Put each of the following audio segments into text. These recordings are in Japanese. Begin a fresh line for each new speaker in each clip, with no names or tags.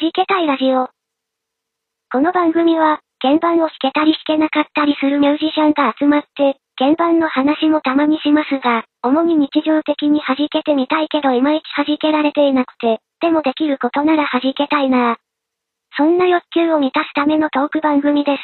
じけたいラジオ。この番組は、鍵盤を弾けたり弾けなかったりするミュージシャンが集まって、鍵盤の話もたまにしますが、主に日常的に弾けてみたいけどいまいち弾けられていなくて、でもできることなら弾けたいなぁ。そんな欲求を満たすためのトーク番組です。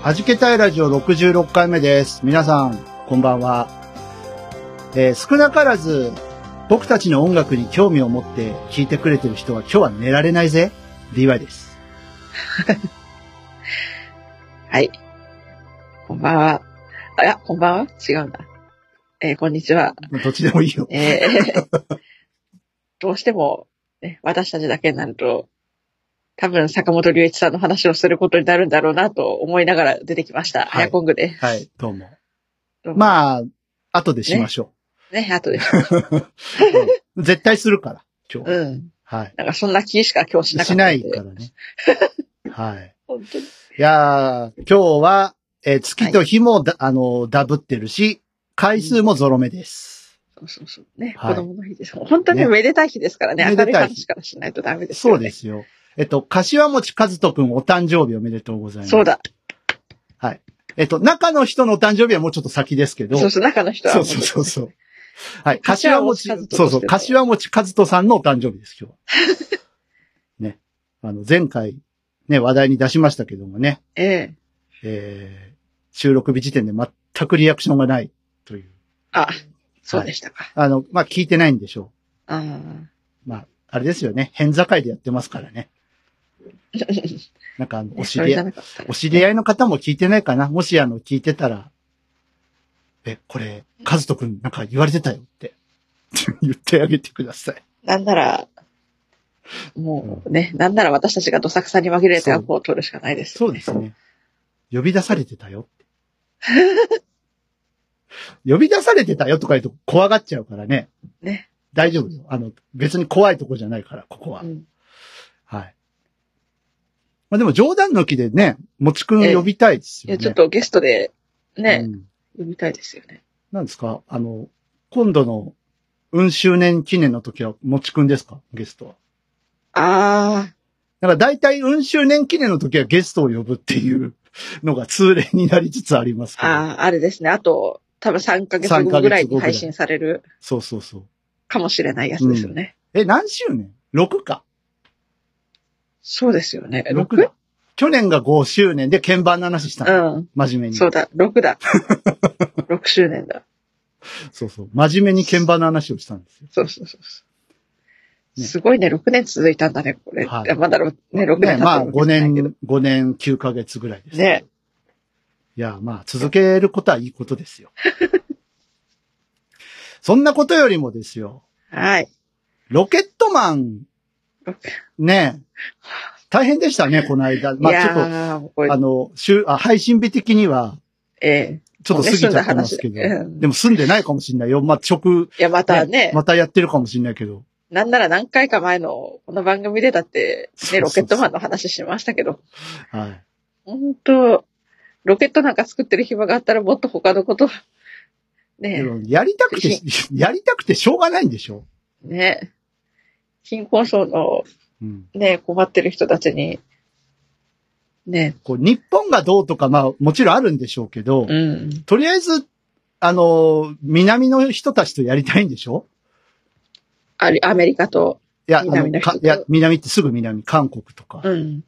はじけたいラジオ66回目です。皆さん、こんばんは。えー少なからず、僕たちの音楽に興味を持って聴いてくれてる人は今日は寝られないぜ。DY です。
はい。こんばんは。あ、いや、こんばんは違うんだ。えーこんにちは。
どっちでもいい よ。
えーどうしても、ね、私たちだけになると、多分坂本龍一さんの話をすることになるんだろうなと思いながら出てきました。
はい
ハヤコングです。
はい、どうも。
どうも
まあ、後でしましょ
ね、あとで。
う。うん絶対するから、今日。
うん。
はい。
なんかそんな気しか今日しなか
し
った
なんい
で。
からね。はい。
本当に。
いやー、今日は、えー月と日もだ、あの、ダブってるし、回数もゾロ目です。
そうそうそう。ね、
はい
子供の日です。本当に
ね
めでたい日ですからね。
め
明
で
るい
たい日
話からしないとダメです
そ
よ
うで
ね。
すよ。えっと、柏餅和人くんお誕生日おめでとうございます。
そう。だ。
えっと、中の人のお誕生日はもうちょっと先ですけど。
そうそう、中の人は
そ
も
う
う。
そうそうそう。はい。
柏
柏餅
餅和人、
そうそう、
としても
柏餅和人さんのお誕生日です、今日は。 ね。あの、前回、ね、話題に出しましたけどもね、
ええ
えー、収録日時点で全くリアクションがないという。
あ、そうでしたか。
あの、まあ、聞いてないんでしょ
ああ。
う。まあ、あれですよね。変境でやってますからね。なんか、あの、お知り合い、お知り
合い。
合いの方も聞いてないかなもしあの、聞いてたら、え、これ、カズトくんなんか言われてたよって、 言ってあげてください。
なんなら、もうね、なんなら私たちがどさくさに紛れてアポを取るしかないです、
そうです。ね。呼び出されてたよって。 呼び出されてたよとか言うと怖がっちゃうからね。
ね。
大丈夫よ。あの、別に怖いとこじゃないから、ここは。
うん
はい。まあでも冗談抜きでね、もちくん呼びたいです
い
よ
や、
ね。
ちょっとゲストで、ね
う、ん
呼びたいですよね。
なんですかあの、今度の、うん周年記念の時は、もちくんですかゲストは。
あ
だから大体、うん周年記念の時はゲストを呼ぶっていうのが通例になりつつあります
あ、
けど。
ああ、あれですね。あと、多分3ヶ月
三ヶ月後
後
ぐ
ぐ
ら
ら
い
いに配信される
そうそうそう。
かもしれないやつですよね。
え、何周年 ?6 か。
そうですよね。
六だ。去年が5周年で鍵盤の話したの。
う
真面目
ん。
に。
そうだ、6だ。6周年だ。
そうそう。真面目に鍵盤の話をしたんですよ。
そうそうそうそう。
ね
すごいね、6年続いたんだね、これ。
はい
いやまだろね、6年経って
ね、
る
ま
わ
あ
け
5
じゃないけど
年、5年9ヶ月ぐらいです。
ね。
いや、まあ、続けることはいいことです よ。そんなことよりもですよ、
はい。
ロケットマン
ロ、
ねえ、大変でした ね、この間。ま
い
あ、ちょ
や
っと、
ーもうこれ
あの、週あ、配信日的には、
ええ
ちょっと過ぎちゃってますけど、
もうね済んだ話うん
でも済んでないかもしれないよ。まあ、直、
いや、またね、
またやってるかもしれないけど、
なんなら何回か前の、この番組でだって、
そうそうそう
ね、ロケットマンの話しましたけど、
はい。
本当ロケットなんか作ってる暇があったらもっと他のこと、
で
ね、
もやりたくて、 やりたくてしょうがないんでしょ
ね、貧困層の
うん。
ね、困ってる人たちに、ね、
こう、日本がどうとか、まあ、もちろんあるんでしょうけど、
うん。
とりあえず、あの、南の人たちとやりたいんでしょ
ありアメリカと、
いや、あ
南の
の、
人
か
と
いや、南ってすぐ南、韓国とか。
うん。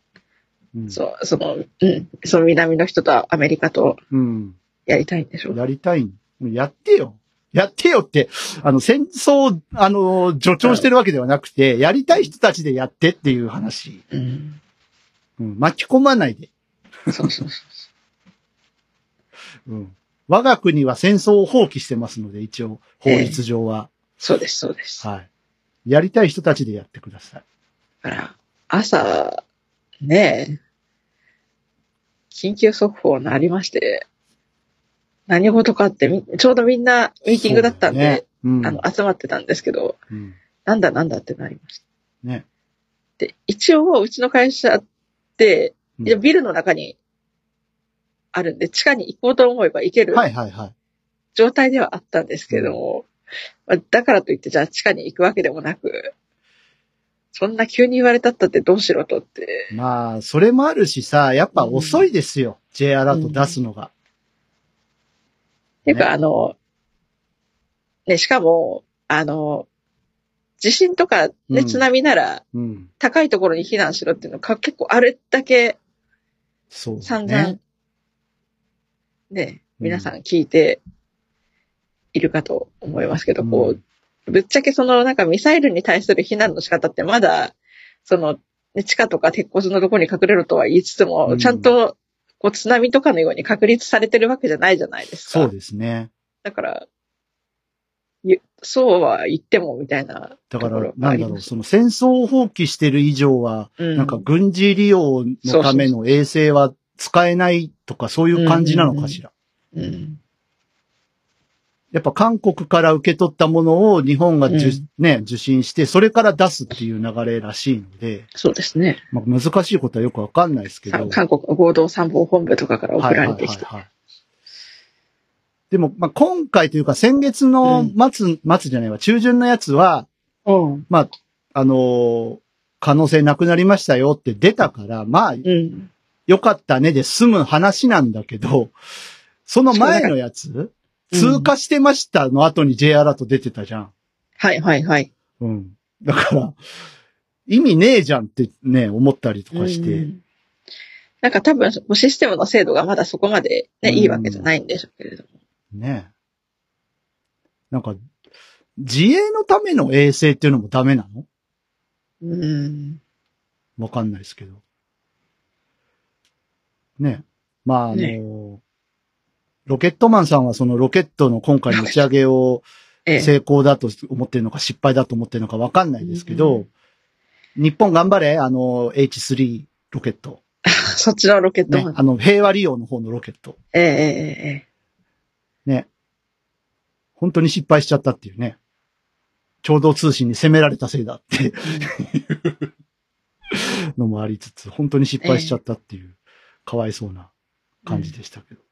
うん。
そう、その、うん。その南の人とアメリカと
うん。
やりたいんでしょう。
やりたいん。やってよ。やってよって、あの、戦争を、あの、助長してるわけではなくて、やりたい人たちでやってっていう話。
うん。
うん。巻き込まないで。
そうそうそうそう。
うん。我が国は戦争を放棄してますので、一応、法律上は。
そうです、そうです。だ
はい。やりたい人たちでやってください。
から、朝、ねえ、緊急速報になりまして、何事かってみ、ちょうどみんなミーティングだったんで、
そうだよね、うん。
あの、集まってたんですけど、
うん
なんだなんだってなりました。
ね。
で、一応、うちの会社って、
うん
いやビルの中にあるんで、地下に行こうと思えば行ける
はいはいはい。
状態ではあったんですけども、まあだからといって、じゃあ地下に行くわけでもなく、そんな急に言われたったってどうしろとって、
まあ、それもあるしさ、やっぱ遅いですよ。J アラート出すのが。
っていう
ね
か、あの、ね、しかも、あの、地震とか、
う
ね、
ん
津波なら、
うん。
高いところに避難しろっていうのか、結構あれだけ
そう、ね。
散々、ね、
うん
皆さん聞いているかと思いますけど、
う
こ
ん
う、ぶっちゃけそのなんかミサイルに対する避難の仕方ってまだ、その、ね地下とか鉄骨のところに隠れろとは言いつつも、
うん
ちゃんと、こう津波とかのように確立されてるわけじゃないじゃないですか。
そうですね。
だから、ゆそうは言ってもみたいな
だ
と
か
こ
ら
ろ、が
な
あ
ん
り
だろ
ま
う、
す。
その戦争を放棄してる以上は、
うん
なんか軍事利用のための衛星は使えないとか、そういう感じなのかしら。
うん
やっぱ韓国から受け取ったものを日本が受,、
うん
ね、受信して、それから出すっていう流れらしいので、
そうですね。
まあ、難しいことはよくわかんないですけど。
韓国合同参謀本部とかから送られてきて。
はいはいはいはいでも、まあ、今回というか先月の末、末じゃないわ、中旬のやつは、
うん。
まあ、あのー可能性なくなりましたよって出たから、まあ、
うん。
よかったねで済む話なんだけど、その前のやつ、
そう
通過してましたの後に J アラート出てたじゃん。
はいはいはい。
うん。だから、意味ねえじゃんってね、思ったりとかして。
うんなんか多分、システムの精度がまだそこまで、ね、
うん
いいわけじゃないんでしょうけれども。
ねえ。なんか、自衛のための衛星っていうのもダメなの
うん。
わかんないですけど。ねえ。まあ、あの、
ね
ロケットマンさんはそのロケットの今回の打ち上げを
ええ。
成功だと思ってるのか失敗だと思ってるのかわかんないですけ
う
ど、日本頑張れ、あの、H3 ロケット。
そっちのロケット
ね
も、。
あの、平和利用の方のロケット。
ええええええ。
本当に失敗しちゃったっていうね。共同通信に責められたせいだって いうのもありつつ、本当に失敗しちゃったっていう、かわいそうな感じでしたけど。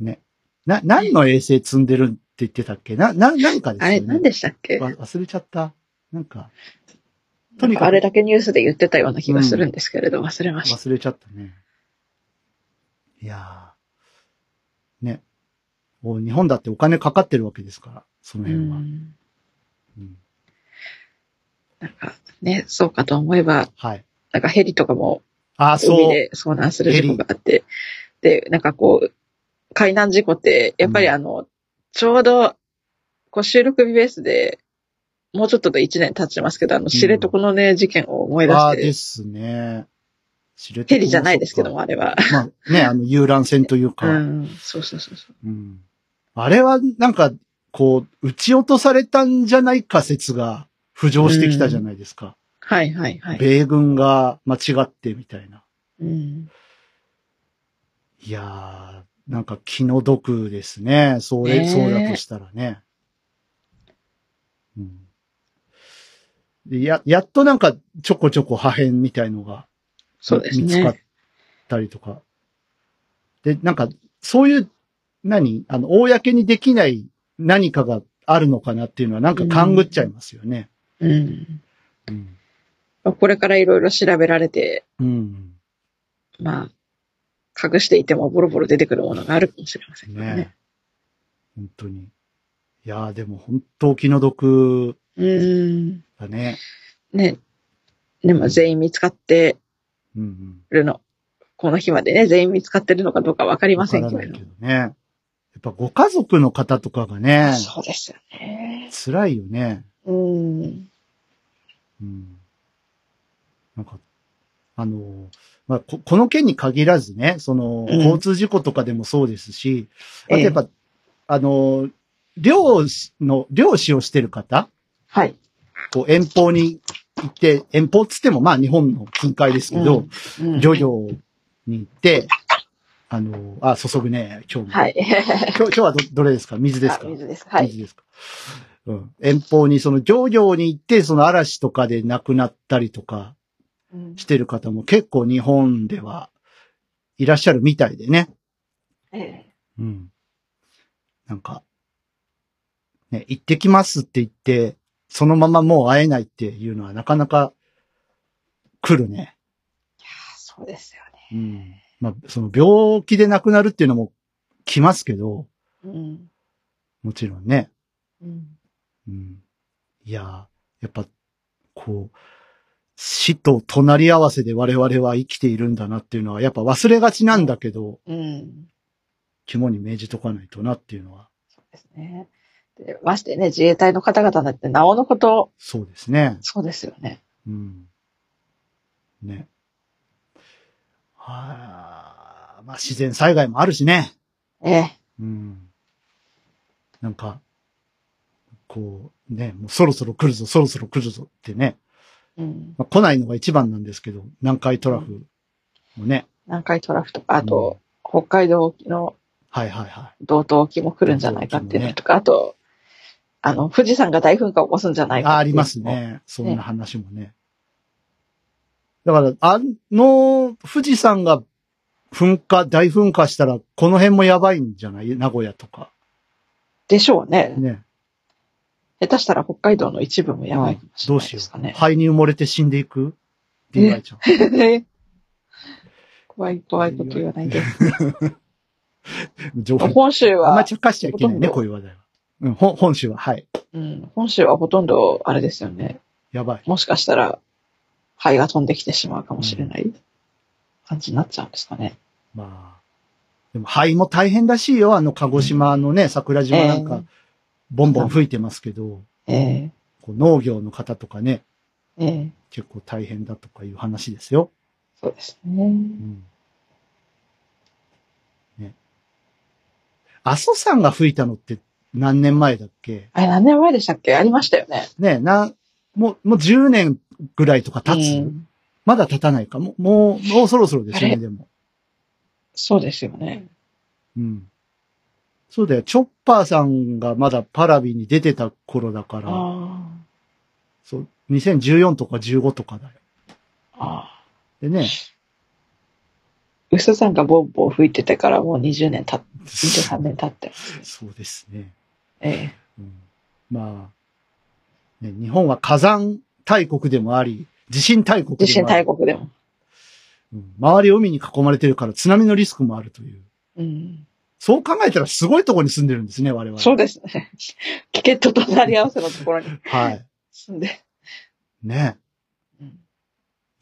ね。な、何の衛星積んでるって言ってたっけな、な、なんかです
あ
よね。
れ、何でしたっけ
わ忘れちゃった。なんか、と
と
に
に
かく
かくあれだけニュースで言ってたような気がするんですけれど、忘れました。
忘れちゃったね。いやー。ね。もう日本だってお金かかってるわけですから、その
う
辺は。
ん。
うん
なんか、ね、そうかと思えば、
はい。
なんかヘリとかも
あー、
海
そう。
で遭難する事故があって、で、なんかこう、海難事故って、やっぱりあの、ちょうど、こう収録日ベースで、もうちょっとで1年経ちますけど、あの、知床のね、事件を思い出
あー
して
で、すね。知床
ヘリじゃないですけども、
も
あれは。
そっか。まあね、あの、遊覧船というか。
う
うん。
ん、そうそうそうそう。
あれは、なんか、こう、撃ち落とされたんじゃないか説が浮上してきたじゃないですか。
はいはいはい。
米軍が間違ってみたいな。
うん、
いやー、なんか気の毒ですね。それ、
ねえ
そうだとしたらね。うん。でや、やっとなんかちょこちょこ破片みたいのが
そうです
見つかっ
ね。
たりとか。で、なんか、そういう、何あの、公にできない何かがあるのかなっていうのは、なんか勘ぐっちゃいますよね。
うん。
うん。
まあこれからいろいろ調べられて、
うん。
まあ、隠していてもボロボロ出てくるものがあるかもしれませんからね
ね。本当に。いやー、でも本当気の毒
うん。
だね。
ね。でも全員見つかって、
うん、うん。
るの。この日までね、全員見つかってるのかどうかわかりません
わ
け
から
れ
ない
ど
け。どね。やっぱご家族の方とかがね、
そうですよね。
辛いよね。
うん。
うん。なんか、あの、まあ、ここの件に限らずね、その、
うん
交通事故とかでもそうですし、あと
ええ
やっぱ、あの、漁師の、漁師をしてる方、
はい。
こう遠方に行って、遠方っつってもまあ日本の近海ですけど、
うん
漁業に行って、あの、あ、注ぐね、今日も。
はい。
今日今日はどどれですか水ですか
あ水です。は
水
い。
ですか。うん。遠方に、その漁業に行って、その嵐とかで亡くなったりとか
うん
してる方も結構日本ではいらっしゃるみたいでね。
ええ
うん。なんか、ね、行ってきますって言って、そのままもう会えないっていうのはなかなか来るね。
そうですよね。
うん。まあ、その病気で亡くなるっていうのも来ますけど、
うん。
もちろんね。
うん。
うん。いやー、やっぱ、こう、死と隣り合わせで我々は生きているんだなっていうのは、やっぱ忘れがちなんだけど、
うん。
肝に銘じとかないとなっていうのは、
そうですね。でましてね、自衛隊の方々だって、なおのこと、
そうですね。
そうですよね。
うん。ね。はあ、まあ自然災害もあるしね。
ええ。
うん。なんか、こう、ね、もうそろそろ来るぞ、そろそろ来るぞってね。
うん。
まあ、来ないのが一番なんですけど、南海トラフもね。
南海トラフとか、あと、北海道沖の
はいはいは。
道東沖も来るんじゃないかっていうのとか、あと、あの、富士山が大噴火を起こすんじゃないい
あ
か
あ
って
り
いうのも
ます。ね。そんな話もね。だから、あの、富士山が噴火、大噴火したら、この辺もやばいんじゃない名古屋とか。
でしょうね。
ね。
下手したら北海道の一部もやばいかもし
ど
れ
う
ない
し
で
よ
すか
う。
ね。
肺に埋もれて死んでいくビーバイちゃん。
怖い怖いこと言わないで。
情報。
本州
あんま
は
り、ちゃかしちゃいけないね、
ほ
ことういう話題は。うん、ほ本州は、はい。
うん、本州はほとんど、あれですよね。
やばい。
もしかしたら、灰が飛んできてしまうかもしれない感じになっちゃうんですかね。
まあ。でも肺も大変らしいよ。あの、鹿児島のね、桜島なん
え
か
え、
ボンボン吹いてますけど、
ええ
こう農業の方とかね、
ええ
結構大変だとかいう話ですよ。
そうですね。
うん。ね。阿蘇山が吹いたのって何年前だっけ
あれ何年前でしたっけありましたよね。
ね、な、もう、もう10年ぐらいとか経つ、
うん
まだ経たないか。もう、もう、もうそろそろですよ
あ
ね、
れ
でも。
そうですよね。
うん。そうだよ。チョッパーさんがまだパラビに出てた頃だから、
あ
そう、2014とか15とかだよ。
あ。ああ。
でね、
薄さんがボンボン吹いててからもう20年た っ、23年経ってます。
そうですね。
ええ
うん、まあ、ね、日本は火山大国でもあり、地震大国でもあり、
地震大国でも。
うん周り海に囲まれてるから津波のリスクもあるという。
うん。
そう考えたらすごいところに住んでるんですね、我々。
そうですね。 危険と隣り合わせのところに
はい。
住んで。
ね。
うん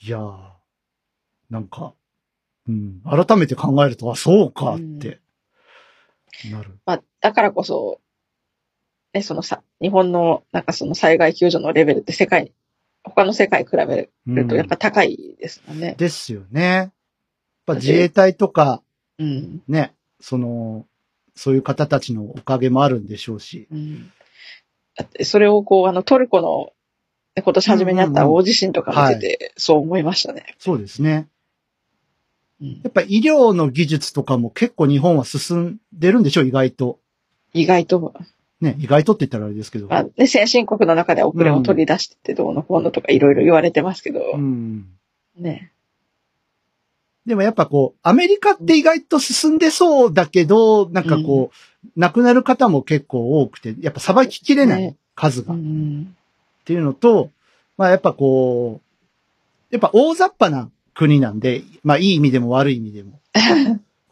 いやー、なんか、うん、改めて考えると、あ、そうかって、なる。
まあ、だからこそ、ね、そのさ、日本の、なんかその災害救助のレベルって世界に、他の世界に比べ
うん
るとやっぱ高いですもんね。
ですよね。やっぱ自衛隊とか、
うん。
ね、その、そういう方たちのおかげもあるんでしょうし。
うん。だって、それをこう、あの、トルコの、ね今年初めにあっ
うん
た
うんうん
大地震とか見てて、そう思いましたね。
そうですね。
うん
やっぱ医療の技術とかも結構日本は進んでるんでしょう、意外と。
意外と、
ね、意外とって言ったらあれですけど。
まあね、先進国の中で遅れを取り出しててどうのこうのとかいろいろ言われてますけど、
うん。
ね。
でもやっぱこう、アメリカって意外と進んでそうだけど、なんかこう、亡くなる方も結構多くて、やっぱさばききれない
ね
数
う
がっ
ん。
ていうのと、まあやっぱこう、やっぱ大雑把な国なんで、まあいい意味でも悪い意味で も。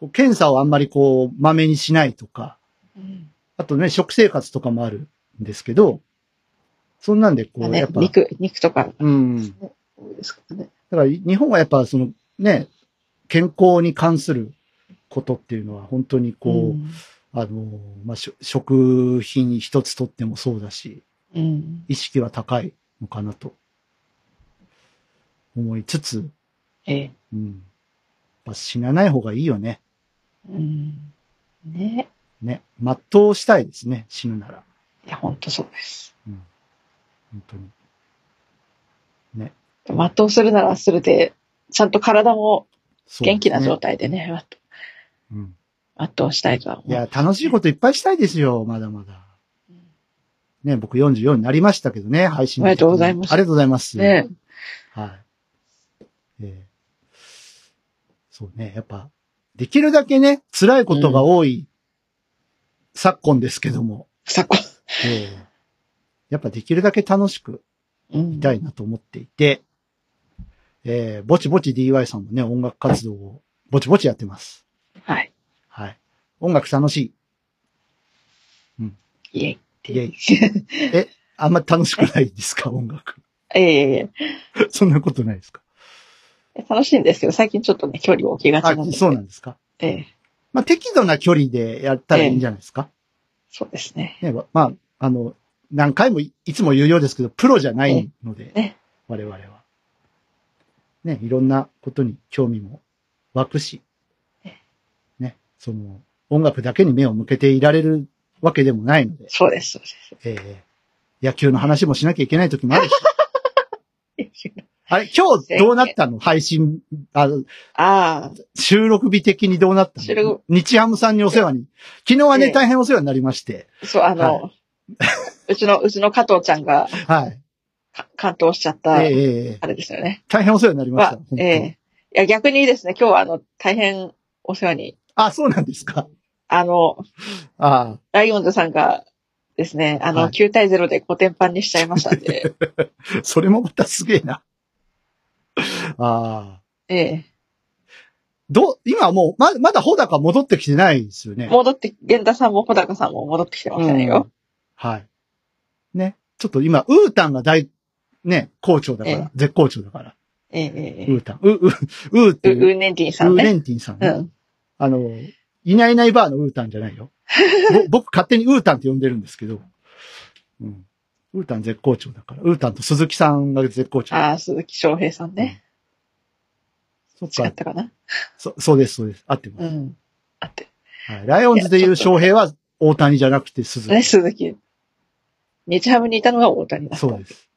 こう検査をあんまりこう、まめにしないとか、
うん
あとね、食生活とかもあるんですけど、そんなんでこ
まあ
う、
ね
やっ、ぱ、
肉、肉とか
うん。
多いですからね。
だから日本はやっぱそのね、健康に関することっていうのは本当にこう、
うん
あの、まあ、しょ食品一つとってもそうだし、
うん。
意識は高いのかなと思いつつ、
ええ。
うん。やっぱ死なない方がいいよね。
うん。ね
ね。全うしたいですね、死ぬなら。
いや、本当そうです。
本当に。
全うするならするで、ちゃんと体も
そう
元気な
です
状
ね
態でね、
うん。
全うしたいとは思う。
いや、楽しいこといっぱいしたいですよ、まだまだ。ね、僕44になりましたけどね、配信
おめでとうございます
ありがとうございます。
ね
はい。えーそうね、やっぱ、できるだけね、辛いことが多い、昨今ですけども、
昨今。
えーやっぱできるだけ楽しく
うん
いたいなと思っていて、えーぼちぼち DY さんもね、音楽活動をぼちぼちやってます。
はい。
はい。音楽楽しい。
いえい
イェイ。あんま楽しくないですか、音楽。
えいえいえ
そんなことないですか。
楽しいんですけど、最近ちょっとね、距離を置きがち
あ
なんで、、
そうなんですか。
ええ
まあ、適度な距離でやったらいいんじゃないですか。
そうですね。
ね、まあ、あの、何回もいいつも言うようですけど、プロじゃないので、
ええ
我々は。ね、いろんなことに興味も湧くし
ええ、
ね、その、音楽だけに目を向けていられるわけでもないので、
そうです、そうです
えー野球の話もしなきゃいけない時も あるし、
ええ。
あれ、今日どうなったの配信、あ
ああ、
収録日的にどうなった
収
の
録
日ハムさんにお世話に。昨日は
え
ね、
え
大変お世話になりまして。
そう、あの、うちの、うちの加藤ちゃんが
はい。
か関東しちゃっ
え
た、
えええええ
あれですよね。
大変お世話になりました。
は
本当、に
ええいや、逆にですね、今日はあの、大変お世話に、
あ、そうなんですか。
あの、
あ
ライオンズさんがですね、あ
は
の、
い
9対0で5点パンにしちゃいましたんで、
あ、それもまたすげえな。ああ。
ええ
どう、今もう、ま、まだ穂高戻ってきてないですよね。
戻って、源田さんも小高さんも戻ってきてませんよ。
はい。ね。ちょっと今、ウータンが大、ね、好調だから、
ええ
絶好調だから。
えええ
ウータン。ウ、ウ、ウーって
え
いう
ウ、ーネンティンさ
ウ
ん
ーレ
ね。
ンティンさん
う
ね。
ん。
あの、いないいないバーのウータンじゃないよ。ぼ 僕勝手にウータンって呼んでるんですけど、うん、ウータン絶好調だから、ウータンと鈴木さんが絶好調。
ああ、鈴木翔平さんね。
そっ
違
か、
ったかな。
そそうです、そうです。合ってま
うん。あって。
す。はい、ライオンズでいう翔平は大谷じゃなくて鈴
ね、
木。
鈴木。日ハムにいたのが大谷だった。
そうです。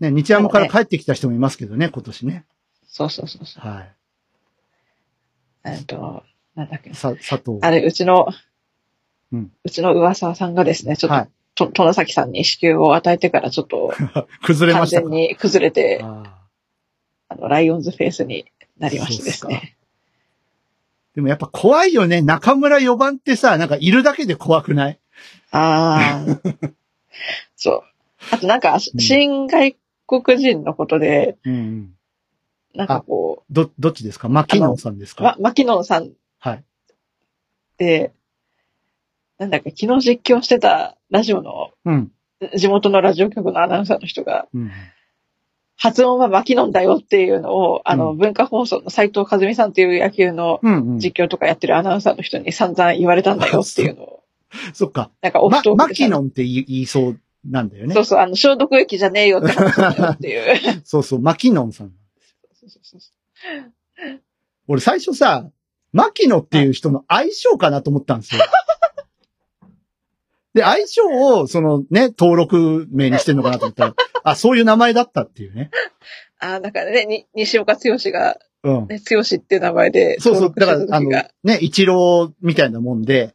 ね、日山から帰ってきた人もいますけどね、今年ね。
そうそうそうそう。
は
えっと、なんだっけ
い。。さ、佐藤。
あれ、うちの、
うん
うちの上沢さんがですね、ちょっと、
はい。
と、殿崎さんに支給を与えてからちょっ と、
崩れま
完
したか
全に崩れて、
ああ
あの、ライオンズフェイスになりましてです
そうっす
ね。
でもやっぱ怖いよね。中村4番ってさ、なんかいるだけで怖くない
ああ。 そう。あとなんか、し
うん
新外国人のことで、
うんうん。
なんかこ
ど、どっちですかマキノンさんです
う、
か
ま、マキノンさんっ
はい。
て、なんだっけ、昨日実況してたラジオの、
うん。
地元のラジオ局のアナウンサーの人が、
うん。
発音はマキノンだよっていうのを、あの、
うん
文化放送の斉藤和美さんっていう野球の
うん、うん。
実況とかやってるアナウンサーの人に散々言われたんだよっていうのを、
そっか。
なんかオ
ま
フトー、ク
マ
で
キノンって言い言いそうなんだよね
そ。うそう、あの、消毒液じゃねえよって話だよっていう。
そうそう、マキノンさん。
そうそうそう
俺最初さ、マキノっていう人の相性かなと思ったんですよ。 で、相性を、そのね、登録名にしてんのかなと思った ら、あ、そういう名前だったっていうね。
ああ、だからね、に西岡剛が、
うん。
ね、剛っていう名前で、
そうそう。だ
登
から
録し、た
あ
時
の、
が
ね、一郎みたいなもんで、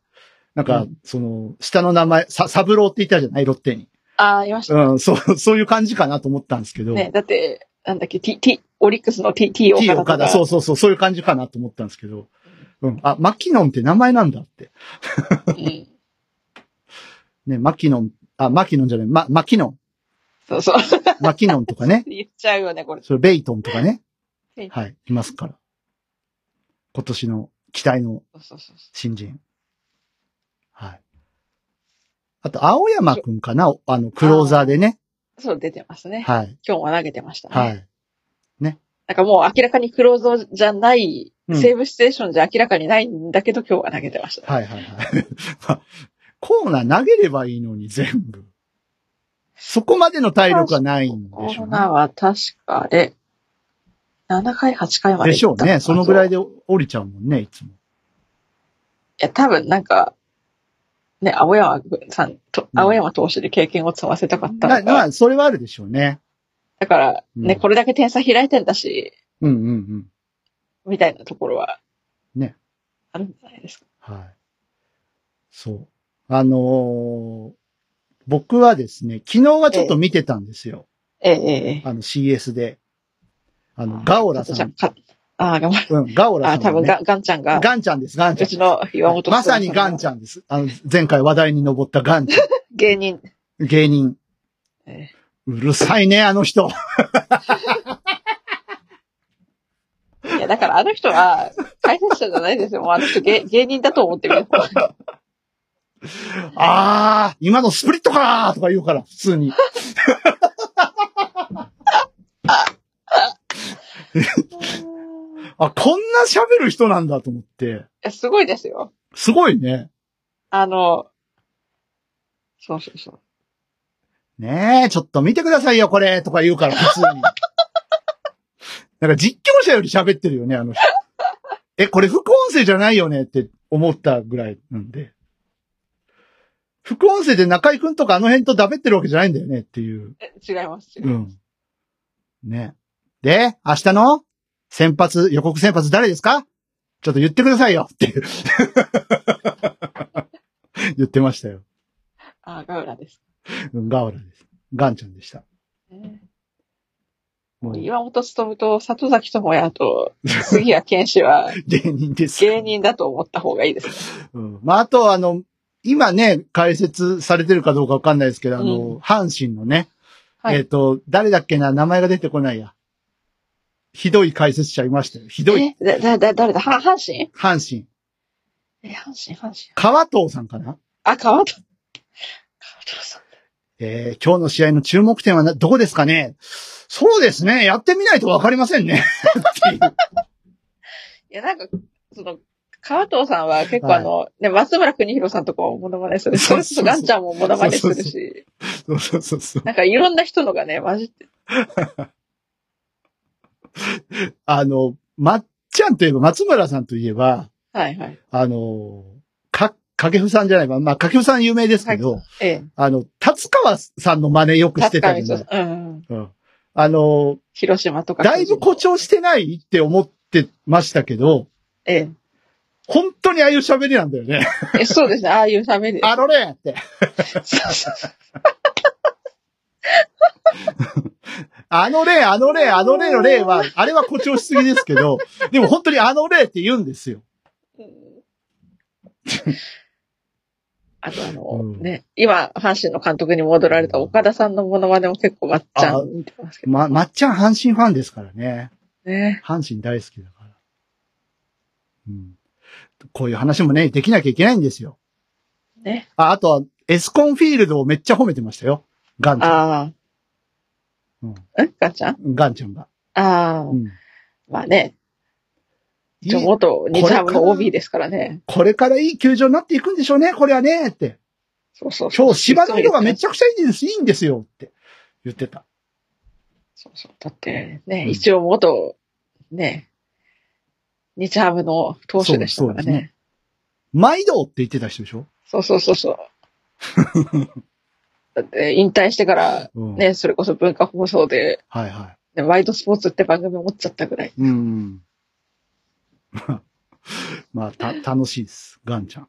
なんか、
う
その、下の名前、さ、サブローって言ったじゃないロッテに。
ああ、いました
うん、そう、そういう感じかなと思ったんですけど。
ね。だって、なんだっけ、T、T、オリックスの T、T 岡
T
田と
岡
か。
田、そうそうそう、そういう感じかなと思ったんですけど。うん。あ、マキノンって名前なんだって。
うん。
ね、マキノン、あ、マキノンじゃない、マ、マキノン。
そうそう。。
マキノンとかね
言っちゃうよね、これ。
それベイトンとかね
ベイ。ト
はい、いますから。今年の期待の
そうそうそうそ
新人。はい。あと、青山くんかなおあの、クローザーでね。
う。そう、出てますね。
はい。
今日も投げてましたね。
はい。
なんかもう明らかにクローゾーじゃない、
うん
セーブステーションじゃ明らかにないんだけど、今日は投げてました。
はいはいはい。 まあコーナー投げればいいのに全部。そこまでの体力はないんで
コ
しょう
ー
ね。
ナーは確かで、7回、8回まで
でしょうね。そのぐらい
で。い
で降りちゃうもんね、いつも。
や、多分なんか、ね、青山さんと、青山投手で経験を積ませたかった
だ
の
ま
か。
あ、それはあるでしょうね。
だから、ね、
うん
これだけ点差開いてんだし、
うんうんうん。
みたいなところは。
ね。
あるんじゃないですか。
はい。そう。あのー僕はですね、昨日はちょっと見てたんですよ。
ええええ。
あの CS で。あの、ガオラさん。
かああ、頑張る。
うん、ガオラさ
あ、
ん、ね。
多分ガ、ガンちゃんが、
ガンちゃんです、ガンちゃ。
うんちの岩本
まさにガンち
ゃん。
ゃんです。あの、前回話題に上ったガンちゃ
芸人。
ん。芸人。
え
うるさいね、あの人。
えいや、だからあの人は、解説者じゃないですよ。もうあの人芸、芸人だと思ってる。
あー、今のスプリットかーとか言うから、普通に。あ、こんな喋る人なんだと思って。
えすごいですよ。
すごいね。
あの、そうそうそう。
ねえ、ちょっと見てくださいよ、これとか言うから、普通に。 なんか実況者より喋ってるよね、あの人。え、これ副音声じゃないよねって思ったぐらいなんで。副音声で中井くんとかあの辺とダベってるわけじゃないんだよねっていう。
え違います。違いうます
ん。ね。で、明日の先発、予告先発誰ですかちょっと言ってくださいよっていう 言ってましたよ。
あ、ガウラです。
うんガオラです。ガンちゃんでした。
ね
もう
岩本勤と里崎智也と杉谷健志は
芸人です。
芸人だと思った方がいいですね。
うん。まあ、あと、あの、今ね、解説されてるかどうかわかんないですけど、あの、
うん
阪神のね、
は い
えっ、と、誰だっけな、名前が出てこないや。ひどい解説者いましたよ。ひどい。
えだ、だ、だ、誰だは阪神
阪神。
え、阪神、阪神。
川藤さんかな
あ、川田。川田さん。
えー今日の試合の注目点はなどこですかねそうですね。やってみないとわかりませんね。っていう
いや、なんか、その、川藤さんは結構あの、ね、松村邦弘さんとかもモノマネするし、そ
そう
れ
そう
こ
そう
そガンちゃんもモノマネする
そう
し、
そうそうそうそう。
なんかいろんな人のがね、混じって。
あの、まっちゃんといえば、松村さんといえば、
はいはい。
あの、か、かけふさんじゃないわまあ、かけふさん有名ですけど、
ええ。
あの、達川さんの真似よくして
確
た
か
じ
に
ゃ
そ、
ないう
うん。
うん、あの、
広島とか。
だいぶ誇。張してないって思ってましたけど、
ええ。
本当にああいう喋りなんだよね。
え、そうですね。ああいう喋 り。
あのねって。
そうそうそう
あの例、あの例、あの例の例は、あれは誇張しすぎですけど、 でも本当にあの例って言うんですよ。
あとあの、
うん
ね、今、阪神の監督に戻られた岡田さんのモノマネも結構まっちゃ
あ
ん見てますけど
ま、まっちゃん阪神ファンですからね。
ね。
阪神大好きだから。うん。こういう話もね、できなきゃいけないんですよ。
ね。
あ、あとは、エスコンフィールドをめっちゃ褒めてましたよ。ガンちゃ
ああ。
うん
えガンちゃん
ん。ガンちゃんが。
ああ。
うん。
まあね。
いい
じゃあ元日ハムの OB ですからね。
これからいい球場になっていくんでしょうね、これはね、って。
そうそうそう。
今日芝の色がめ
ゃ。
ちゃくちゃいいんです、いいんですよ、って言ってた。
そうそう。だってね、
うん
一応元、ね、日ハムの投手でしたから
そうそうです
ね
ね。毎度って言ってた人でしょ
そうそうそうそう。だって引退してから、
うん。
ね、それこそ文化放送で、
はいは
ね、ワイドスポーツって番組持っちゃったぐらい。
い。うん。まあ、た、楽しいです、ガンちゃん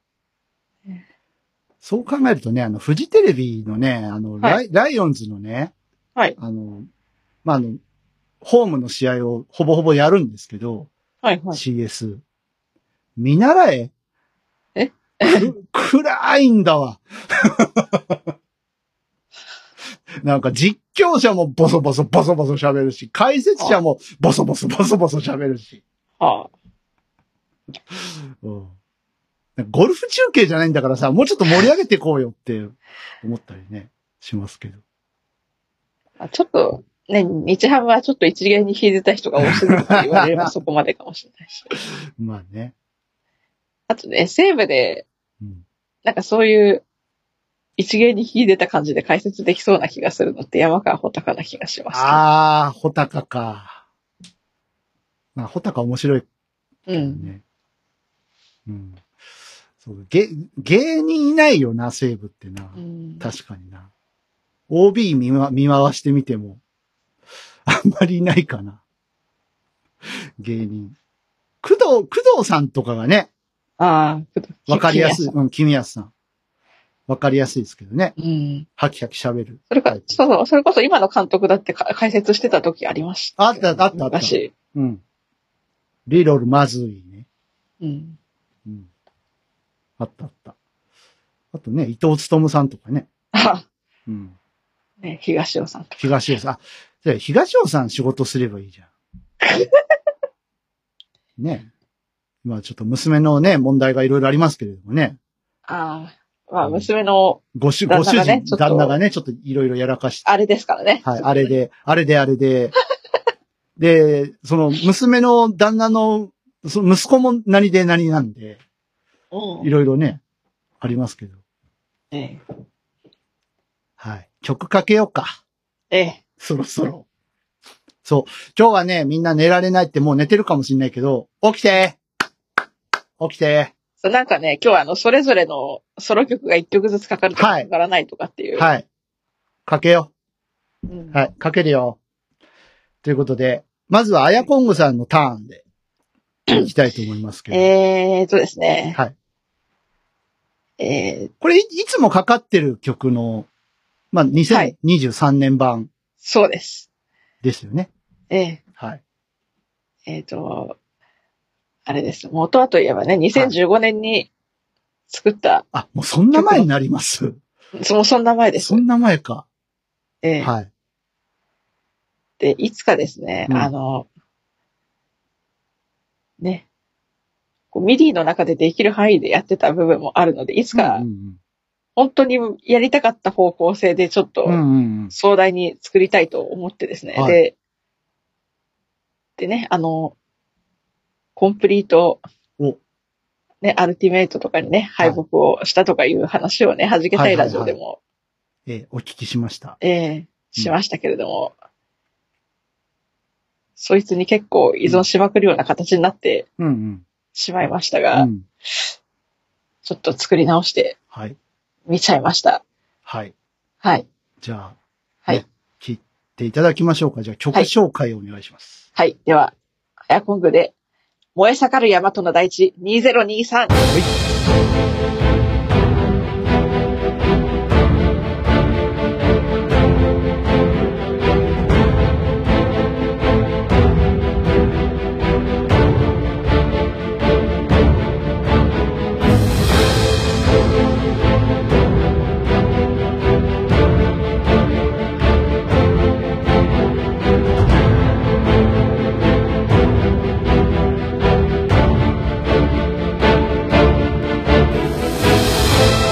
ね。
そう考えるとね、あの、フジテレビのね、あの、ライライオンズのね、
はい。
あの、まあ、あの、ホームの試合をほぼほぼやるんですけど、
はいはい。
CS。見習え
え
く暗いんだわ。 なんか実況者もボソボソボソボソ喋るし、解説者もボソボソボソボソ喋るし。
ああ。
うんゴルフ中継じゃないんだからさ、もうちょっと盛り上げていこうよって思ったりね、しますけど。
あちょっと、ね、日ハムはちょっと一元に引いてた人が多すぎるって言われればそこまでかもしれないし。
まあね。
あとね、西部で、
うん
なんかそういう、一芸に秀でた感じで解説できそうな気がするのって山川穂高な気がします。
あー、ホタカか。まあ、ホタカ面白い
うん。
うん。そう、げ、芸人いないよな、西武ってな
う。ん。
確かにな。OB 見,、ま、見回してみても、あんまりいないかな。芸人。工藤、工藤さんとかがね、
ああ、
わかりやすい。
い。
うん、君安さん。わかりやすいですけどね。
うん。
ハキハキ喋る。
それか
はい、
そうそう、それこそ今の監督だってか解説してた時ありました。
あったあったあった
昔。
うん。リロールまずいね。
うん。
うん。あったあった。あとね、伊藤勤さんとかね。
あ、
うん。
ね、東尾さんとか。
東尾さん。あ、じゃあ東尾さん仕事すればいいじゃ ん。ね。まあちょっと娘のね、問題がいろいろありますけれどもね。
ああ、まあ、
うん
娘の、
ご主、ご
旦
主
那がね
人、
ちょっと
旦那がね、ちょっといろいろやらかして。
あれですからね。
はい、あれで、あれであれ で。で、その娘の旦那の、その息子も何で何なんで、
うん。
いろいろね、ありますけど。
え
はい。曲かけようか。
え。ええ。
そろそろ。そう。今日はね、みんな寝られないってもう寝てるかもしんないけど、起きて起きて
そうなんかね、今日はあの、それぞれのソロ曲が一曲ずつかかるとか、
はい
かからないとかっていう。
はい。かけよ
うん
う。はい。かけるよ。ということで、まずはあやこんごさんのターンで、いきたいと思いますけど。
えーとですね。
はい。
えー、
これい、いつもかかってる曲の、まあ、
はい
2023年版
そうです。
ですよね。
ええ
はい。
えっ、と、あれです。元はといえばね、2015年に作った、
あ、もうそんな前になります。
そもそんな前です
そ。んな前か。
ええ
はい。
で、いつかですね、
うん
あの、ね、こうミディの中でできる範囲でやってた部分もあるので、いつか
うんうん
本当にやりたかった方向性でちょっと
うん。うんうんうん。
壮大に作りたいと思ってですね、
はい
で、でね、あの、コンプリート
お、
ね、アルティメイトとかにね、敗北をしたとかいう話をね、はじけたいラジオでも、
えーお聞きしました。
えーしましたけれども、そいつに結構依存しまくるような形になって
うんうん。
しまいました
う
が、
ん。
ちょっと作り直して
はい。
見ちゃいました。
はい。
はい。
じゃあ、
はい。
ね聞いていただきましょうか。じゃあ曲
はい
紹介をお願いします。
はい。では、アヤコングで、燃え盛る大和の大地2023。
「燃え盛る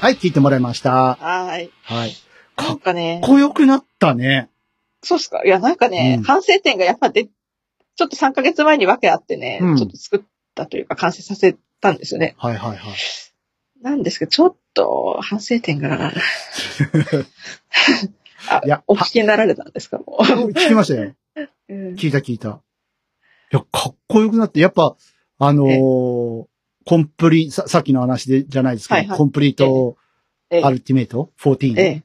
はい、聞いてもらいました。
はーい。
はい。
な
か
ん
っ
かね、
こよくなったね。
そうっすかいや、なんかね、
うん
反省点がやっぱで、ちょっと3ヶ月前に分けあってね、
うん
ちょっと作ったというか完成させたんですよね。
はいはいはい。
なんですけど、ちょっと反省点が、あ
いや
お聞きになられたんですかも
聞きましたよ。
う。うん
聞いた聞いた。いや、かっこよくなって、やっぱ、あのー
ええ
コンプリ、さ、さっきの話で、じゃないですけど、
はいはい
コンプリート、
ええ
アルティメイト ?14?
ええ。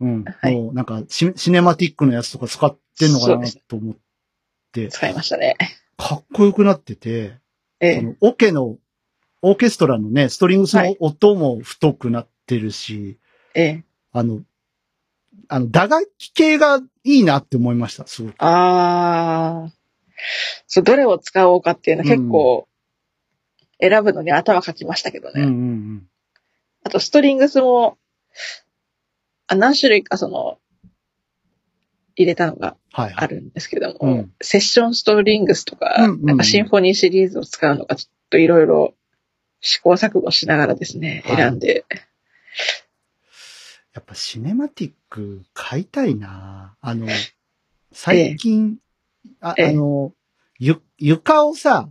うん。
はい
もう、なんかシ、シネマティックのやつとか使ってんのか
そう
な
です
と思って、
使いましたね。
かっこよくなってて、
え
そ
え。
の、オケの、オーケストラのね、ストリングス
は
の
い
音も太くなってるし、
ええ。
あの、あの、打楽器系がいいなって思いました、すごく。
ああ。そう、どれを使おうかっていうのは結構、選ぶのに頭かきましたけど
うん
ね。
うんうん。
あと、ストリングスも、あ何種類か、その、入れたのが
はいは
あ
い。
るんですけども、
うん
セッションストリングスとか、
うんうんうん
なんかシンフォニーシリーズを使うのか、ちょっといろいろ試行錯誤しながらですね、
はい
選んで。
やっぱシネマティック買いたいなあの、最近、あ
ええ
あの、ゆ、床をさ、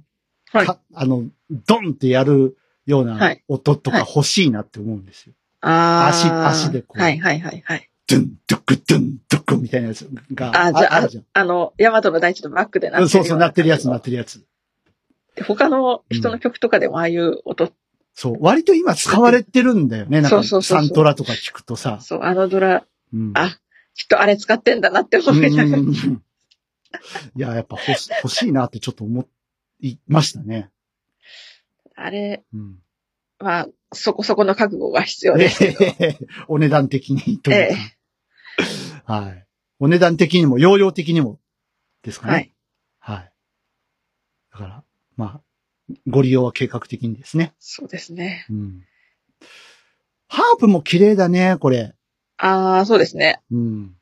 はい。
かあの、ドンってやるよう
は
ない音とか
はい
欲しいなって思うんですよ。
あー
足足でこう
はいはいはいはい。
ドゥンドゥクドゥンドゥクみたいなやつが
あじゃあ
るじゃん
あの、ヤマトの大地のバックでな
う
ってる
ん。そうそう、なってるやつ、なっててるやつ。
他の人の曲とかでもああいう音っ
そう、割と今使われてるんだよね。なん
そ
か、
うそうそう
サ
そ
ン
う
トラとか聞くとさ。
そう、あのドラ、
うん
あきっとあれ使ってんだなって思
うん
いな
うん
が
う
ら。
んうんいや、やっぱ欲し欲しいなってちょっと思いましたね。
あれ
うん
は、そこそこの覚悟が必要ですけど。
ええお値段的にという
え
か、はい。お値段的にも、容量的にも、ですか
は
ね。
い。
はい。だから、まあ、ご利用は計画的にですね。
そうですね。
うん。ハープも綺麗だね、これ。
ああ、そうですね。
うん。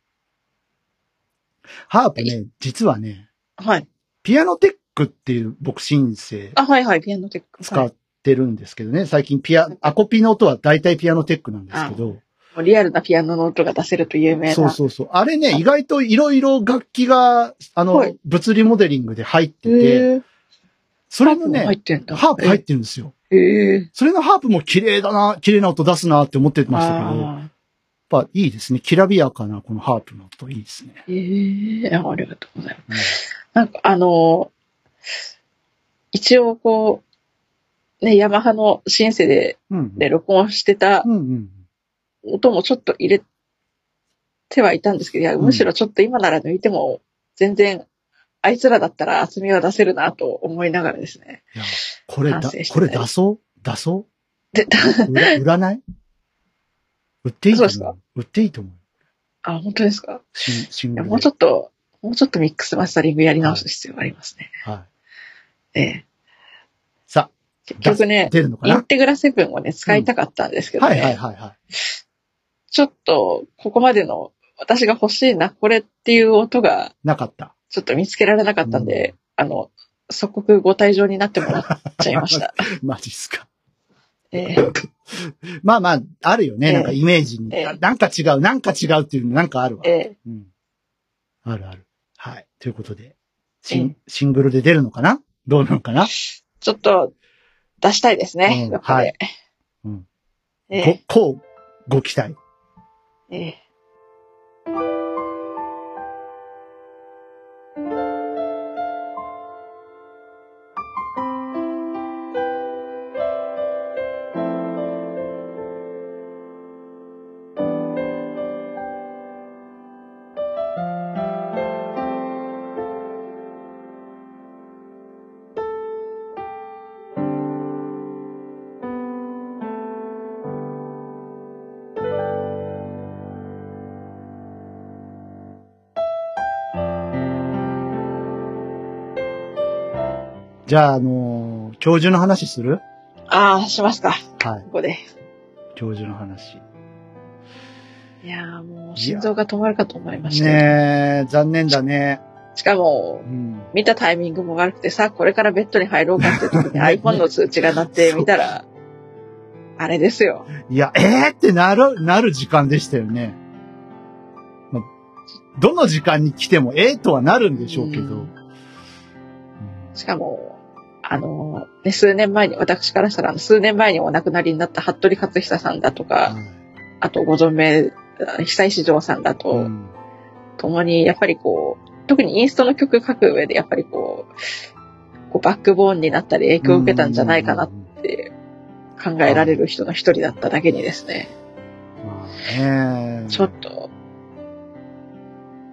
ハープね、実はね、
はい。
ピアノテックっていう僕シンセ
あ、はいはい、ピアノテック。
使
はい
ってるんですけどね、最近ピア、アコピの音は大体ピアノテックなんですけど、
もうリアルなピアノの音が出せると有名な。
そうそうそう。あれね、意外といろいろ楽器が、あの、
はい
物理モデリングで入ってて、
へえ
それのね
入、ってんだ。
ハープ入ってるんですよ。
てへえ。
それのハープも綺麗だな、綺麗な音出すなって思ってましたけど、やっ
あ
ぱいいですね。きらびやかなこのハープの音いいですね。
ーへえ。あありがとうございます。
うん
なんかあの一応こう、ね、ヤマハのシンセで
うん
で録音してた
うんうん。
音もちょっと入れてはいたんですけど、いや、
うん
むしろちょっと今なら抜いても、全然、あいつらだったら厚みは出せるなと思いながらですね。
いや、これだ
反省してない
これ出そう出そ
で、
う売ら売らない売っていいと
そうです
思
か
う。売っていいと思う。
あ、本当ですか
シンシン
い
グ
や
ルで
もうちょっと、もうちょっとミックスマスタリングやり直す必要がありますね。
は
ええ。
さ
結局
い。
ね、
出るのか
イン
な
テグラセブンをね、使いたかったんですけど
はいはい
ね、
はいは
ちょっと、ここまでの、私が欲しいな、これっていう音が、
い。なかった。
ちょっと見つけられなかったんで、あの、即刻ご退場になってもらっちゃい ました。
マジっすか。
ええ。
まあまあ、あるよね。
ええ
なんかイメージに。
ええ
あなんか違う、なんか違うっていうのなんかあるわ。
え
うん。あるある。はい。ということで、シン
え
シングルで出るのかなどうなのかな、
ちょっと出したいですね。
うん
どっか
は
で
いうん
ええ
ご、こう、ご期待。
ええ
じゃあ、あのー教授の話する
ああ、しますか。
はい
こ。こで。
教授の話。
いやーもう心臓が止まるかと思いましたよ。
ねえ、残念だね。
しかも
う、ん。
見たタイミング も悪くてさ、これからベッドに入ろうかって時に iPhone の通知が鳴ってみたら、あれですよ。
いや、えーってなる、なる時間でしたよね。まあどの時間に来てもえーとはなるんでしょうけど。
う
うん
んしかも、あの、ね、数年前に、私からしたら、あの数年前にお亡くなりになった服部克久さんだとか、あとご存命、久石譲さんだ
う
と、
ん
共に、やっぱりこう、特にインストの曲書く上で、やっぱりこう、こうバックボーンになったり影響を受けたんじゃないかなって考えられる人の一人だっただけにですね、
まあね
ちょっと、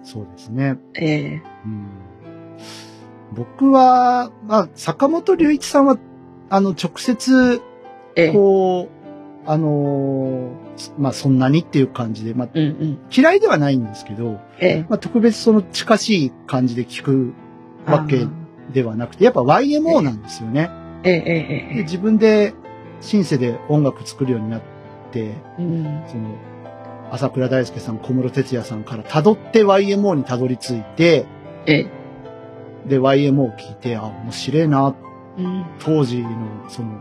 そうですね。
ええ
うん僕は、まあ、坂本龍一さんは、あの、直接、
ええ
こう、あのーまあ、そんなにっていう感じで、まあ、
うんうん、
嫌いではないんですけど、
ええ
まあ、特別その近しい感じで聞くわけ
あー
ではなくて、やっぱ YMO なんですよね。
ええええ
で
え
自分でシンセで音楽作るようになって、
えうん、
その、朝倉大輔さん、小室哲也さんから辿って YMO に辿り着いて、
ええ
で、YMO を聞いて、あ、面白いな、
うん
当時の、その、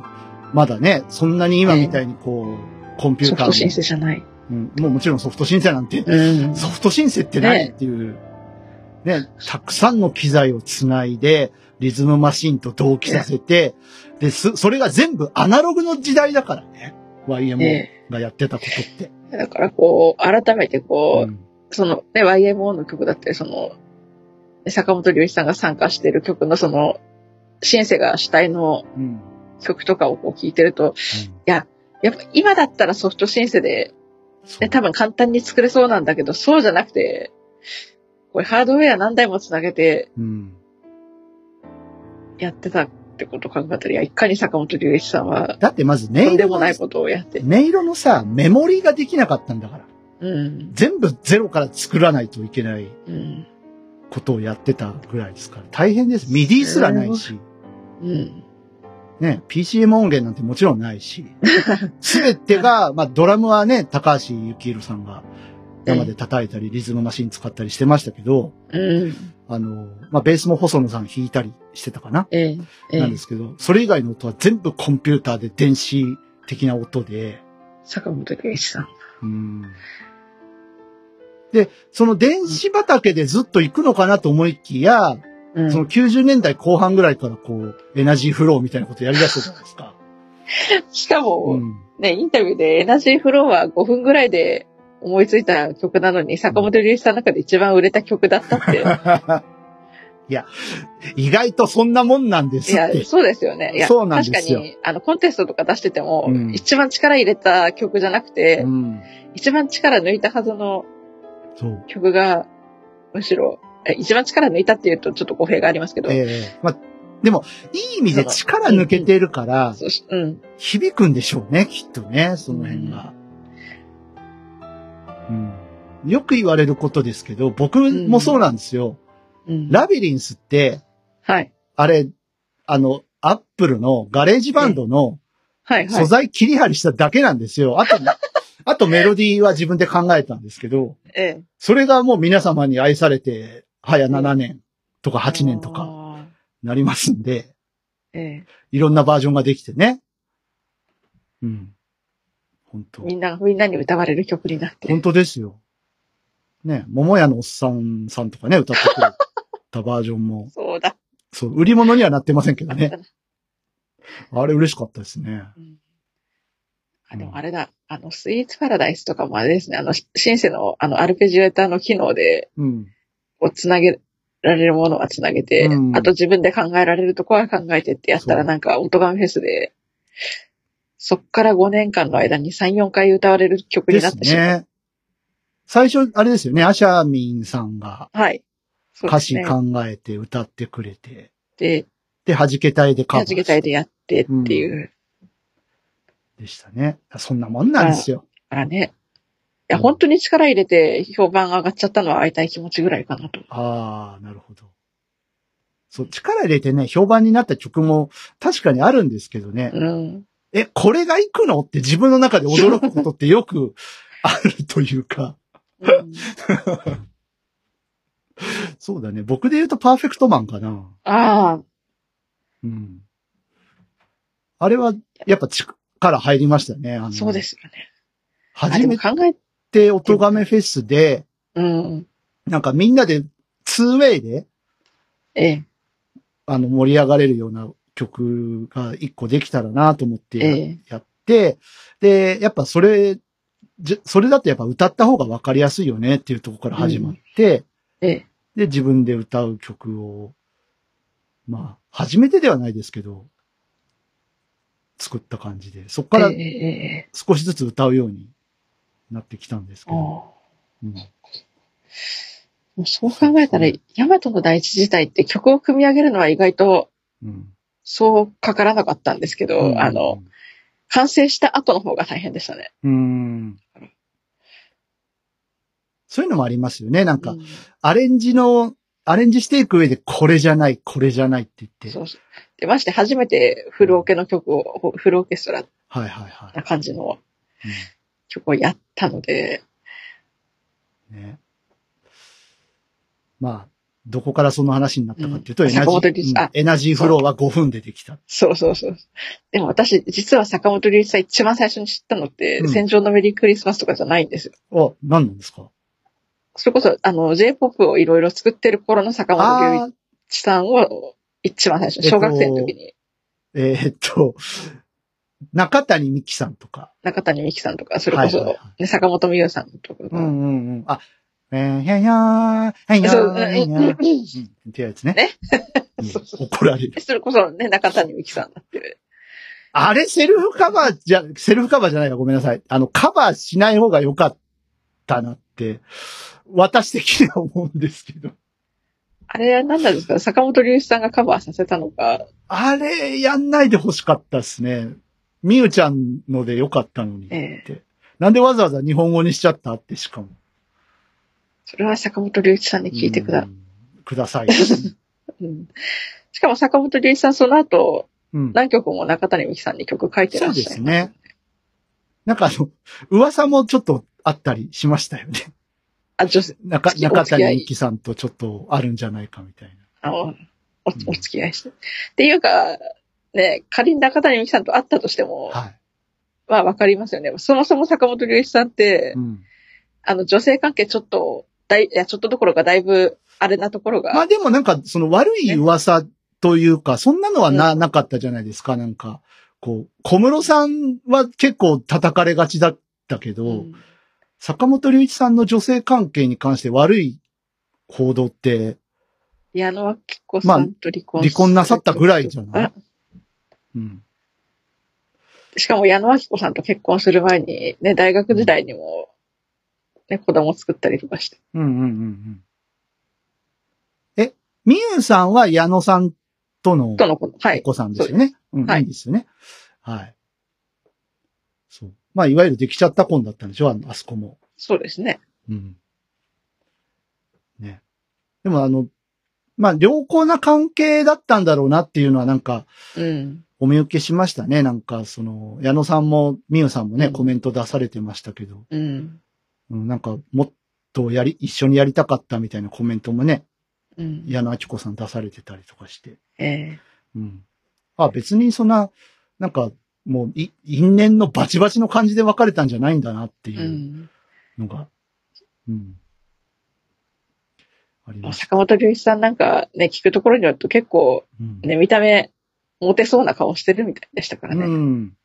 まだね、そんなに今みたいにこう、コンピュー
ソフ
タ
ト申
ー
請じゃない。
も、うん、もうもちろんソフトシンセなんて、
うん。
ソフトシンセって何
ね
っていう、ね、たくさんの機材をつないで、リズムマシンと同期させて、で、す、それが全部アナログの時代だからね、YMO
え
がやってたことって。
えだからこう、改めてこう、
うん
そのね、YMO の曲だって、その、坂本龍一さんが参加している曲のその、シンセが主体の
うんうん
曲とかをこう聴いてると、やっぱ今だったらソフトシンセで、
そう
ね、多分簡単に作れそうなんだけど、そうじゃなくて、これハードウェア何台もつなげて
うん。
やってたってことを考えたら、いや、いかに坂本龍一さんは、
だってまず
と
音
んで
色
も
の
ないことをやって。
音色のさ、メモリーができなかったんだから。
うん。
全部ゼロから作らないといけない
うん。
ことをやってたぐらいですから。大変です。ミディすらないし、
うん。
ね、PCM 音源なんてもちろんないし、 すべてが、まあドラムはね、高橋幸宏さんが生で叩いたり、リズムマシン使ったりしてましたけど、
うん。
あの、まあベースも細野さん弾いたりしてたかな。
ええ。え
なん
え
で。すけど、それ以外の音は全部コンピューターで電子的な音で、
坂本龍一さん。
うんで、その電子畑でずっと行くのかなと思いきや、
うん。
その
そ
90年代後半ぐらいからこう、エナジーフローみたいなことやりだしたじゃないですか。
しか
う
も、
ん。
ね、インタビューでエナジーフローは5分ぐらいで思いついた曲なのに、坂本龍一さんの中で一番売れた曲だったって。
いや、意外とそんなもんなんで
い
すっ
や、
て。
そうですよね。いや、
そうなんですよ
確かに、あの、コンテストとか出してても、
うん
一番力入れた曲じゃなくて、
うん。
一番力抜いたはずの
そう。
曲が、むしろ、え一番力抜いたっていうとちょっと語弊がありますけど、
ええまあ、でも、いい意味で力抜けてるから、
そしうん。
響くんでしょうね、きっとね、その辺が。うん。よく言われることですけど、僕もそうなんですよ。
うん、
ラビリンスって、
はい。
あれ、あの、アップルのガレージバンドの
はい、は
素
い。
材切り貼りしただけなんですよ。あと、あとメロディーは自分で考えたんですけど、
ええ。
それがもう皆様に愛されて、早7年とか8年とか
あ
なりますんで、
ー。え
いろんなバージョンができてね。うん。本
え。
当
みんな、みんなに歌われる曲になって。
本当ですよ。ね、桃屋のおっさんさんとかね、歌ってくれたバージョンも、
そうだ。
そう、売り物にはなってませんけどね
あ。った
あれ嬉しかったですね。
うんあ、でもあれだ。あの、スイーツパラダイスとかもあれですね。あの、シシンセの、あの、アルペジュエーターの機能で、
うん。
こう、つなげられるものはつなげて、
うん
あと自分で考えられるとこは考えてってやった
そ
ら、
う
なんか、オトガンフェスで、そっから5年間の間に3、4回歌われる曲に
で
なっ
す
てしまう。
ね。最初、あれですよね、アシャーミンさんが
はい。そう
歌
です
詞
ね。
考えて歌ってくれて、
で、
で、弾けたいでカバ
は
ーし
じけたいでやってっていう。
でしたね。そんなもんなんですよ。
だからね。いや、本当に力入れて評判が上がっちゃったのは会いたい気持ちぐらいかなと。
ああ、なるほど。そう、力入れてね、評判になった曲も確かにあるんですけどね。
うん。
え、これが行くのって自分の中で驚くことってよく あるというか。
うん
そうだね。僕で言うとパーフェクトマンかな。
ああ、
うん。あれは、やっぱち、から入りましたね。あの
そうで。すよね。あ
初
で
め
も考え、
て音亀フェスで、
うん。
なんかみんなで 2way で、
ええ、
あの、盛り上がれるような曲が一個できたらなと思ってや,、
ええ
って、で、やっぱそれ、じそれだとやっぱ歌った方がわかりやすいよねっていうところから始まって、
ええ。
で、自分で歌う曲を、まあ、初めてではないですけど、作った感じで、そこから
ええええ、
少しずつ歌うようになってきたんですけ
ああ
ど、うん
もうそう考えたら、ヤマトの第一時代って曲を組み上げるのは意外と
うん
そうかからなかったんですけど、
うん
あの、、完成した後の方が大変でしたね。
うん。そういうのもありますよね。なん
う
か、
ん
アレンジの、アレンジしていく上で、これじゃない、これじゃないって言って。
そうそうで、まして初めてフルオケの曲を、フルオーケストラ
はいはいはい
な感じの。
うん
曲をやったので、
ね。まあ、どこからその話になったかっていうと、
うん
エナジ
坂本龍一
ー、うん
あ
エナジーフローは5分でできた。
そうそうそう。でも私、実は坂本龍一さん一番最初に知ったのって、
うん
戦場のメリークリスマスとかじゃないんです
あ、
よ。
何なんですか
それこそ、あの、J-POP をいろいろ作ってる頃の坂本龍
ああ、
一さんを、一番最初
えっ
に、
と
小学生の時に、
えーっと、中谷美紀さんとか。
中谷美紀さんとか、それこ
はいはい
そ
は、
ね、坂本美優さんとかが、
うんうん。あ、えー、へんやー、へんや
そう、
ー、へんやー。うんってやつね。うん
そう
怒られる。
それこそね、中谷美紀さんだって。
あれ、セルフカバーじゃ、セルフカバーじゃないわ、ごめんなさい。あの、カバーしない方が良かったなって、私的には思うんですけど。
あれは何なんですか坂本龍一さんがカバーさせたのか。
あれ、やんないで欲しかったっすね。みゆちゃんので良かったのにって。
え
なんでわざわざ日本語にしちゃったってしかも。
それは坂本龍一さんに聞いてくだ
う、んくだ さい。
うんしかも坂本龍一さんその後、
うん。
何曲も中谷美紀さんに曲書いてらっしゃいま
そ
す、
うですね。なんかあの、噂もちょっとあったりしましたよね。
あ、女性、
中
お付き合い
中谷美紀さんとちょっとあるんじゃないかみたいな。
あの、おお付き合いして。っていうか、ね、仮に中谷美紀さんと会ったとしても、
は
まあわかりますよね。そもそも坂本龍一さんって
い。う、ん。あ
あの、女性関係ちょっと、だい、いや、ちょっとどころかだいぶ、あれなところが、
まあでもなんか、その悪い噂というか、そんなのはな、なかったじゃないですか、なんか。こう、小室さんは結構叩かれがちだったけど、
うん
坂本龍一さんの女性関係に関して悪い報道って、
矢野明子さんと離婚、
離婚なさったぐらいじゃない
あ
うん。
しかも矢野明子さんと結婚する前に、ね、大学時代にも、ね、子供作ったりとかして。
うんうんうんうん。え、みゆさんは矢野さんとの
との子、は
お
い。
子さんですよね。うん、
はい
いいんですよね。はい。そう。まあ、いわゆるできちゃった婚だったんでしょあのあそこも。
そうですね。
うん。ね。でもあの、まあ、良好な関係だったんだろうなっていうのはなんか、
うん。
お見受けしましたね。なんか、その、矢野さんも、みゆさんもね、
うん
コメント出されてましたけど、
うん。
うん、なんか、もっとやり、一緒にやりたかったみたいなコメントもね、
うん。
矢野明子さん出されてたりとかして。
え
うん。あ、別にそんな、なんか、もう、い因縁のバチバチの感じで別れたんじゃないんだなって
え。
いううんのが、うん。あり
ま
ま
あ
した。
坂本龍一さんなんかね、聞くところによると結構、
うん。
ね、見た目、モテそうな顔してるみたいでしたから
う
ね。
ん。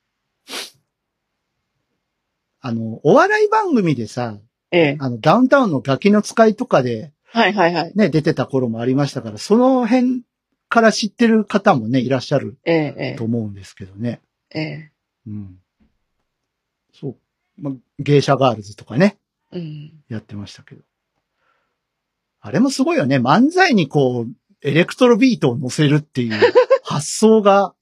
あの、お笑い番組でさ、
ええ。
あの、ダウンタウンのガキの使いとかで、
はいはいはい。
ね、出てた頃もありましたから、その辺から知ってる方もね、いらっしゃる
ええ、え
と思うんですけどね。
え、え
うん。そう。まあ、芸者ガールズとかね、
え。うん。
やってましたけど。あれもすごいよね。漫才にこう、エレクトロビートを乗せるっていう発想が、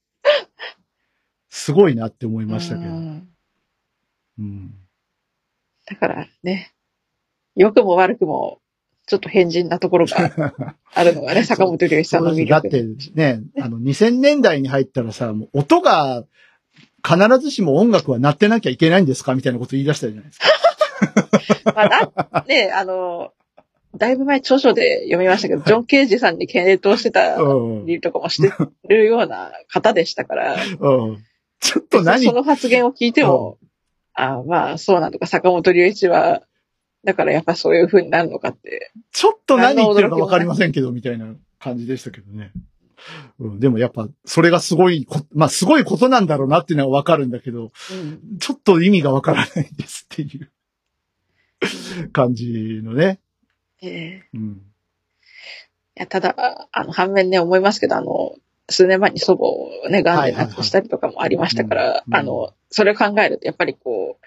すごいなって思いましたけど。
うん
うん。
だからね、良くも悪くも、ちょっと変人なところ があるのがね、坂本龍一さんの魅
だっ
力。
てね、あの、2000年代に入ったらさ、もう音が、必ずしも音楽は鳴ってなきゃいけないんですかみたいなこと言い出したじゃないですか。
まあ、な、ね、あの、だいぶ前著書で読みましたけど、ジョン・ケージさんに検討してた
うん。
理由とかもしてるような方でしたから、
うん。ちょっと何
その発言を聞いても、あまあ、そうなのか、坂本龍一は、だからやっぱそういう風になるのかって。
ちょっと何言ってるかわかりませんけど、みたいな感じでしたけどね。うん、でもやっぱ、それがすごいこ、まあすごいことなんだろうなっていうのはわかるんだけど、
うん
ちょっと意味がわからないですっていう感じのね。
ええ
うん。
いや、ただ、あの、反面ね、思いますけど、あの、数年前に祖母をね、癌で亡くしたりとかもありましたから、
いはい
あの、それを考えると、やっぱりこう、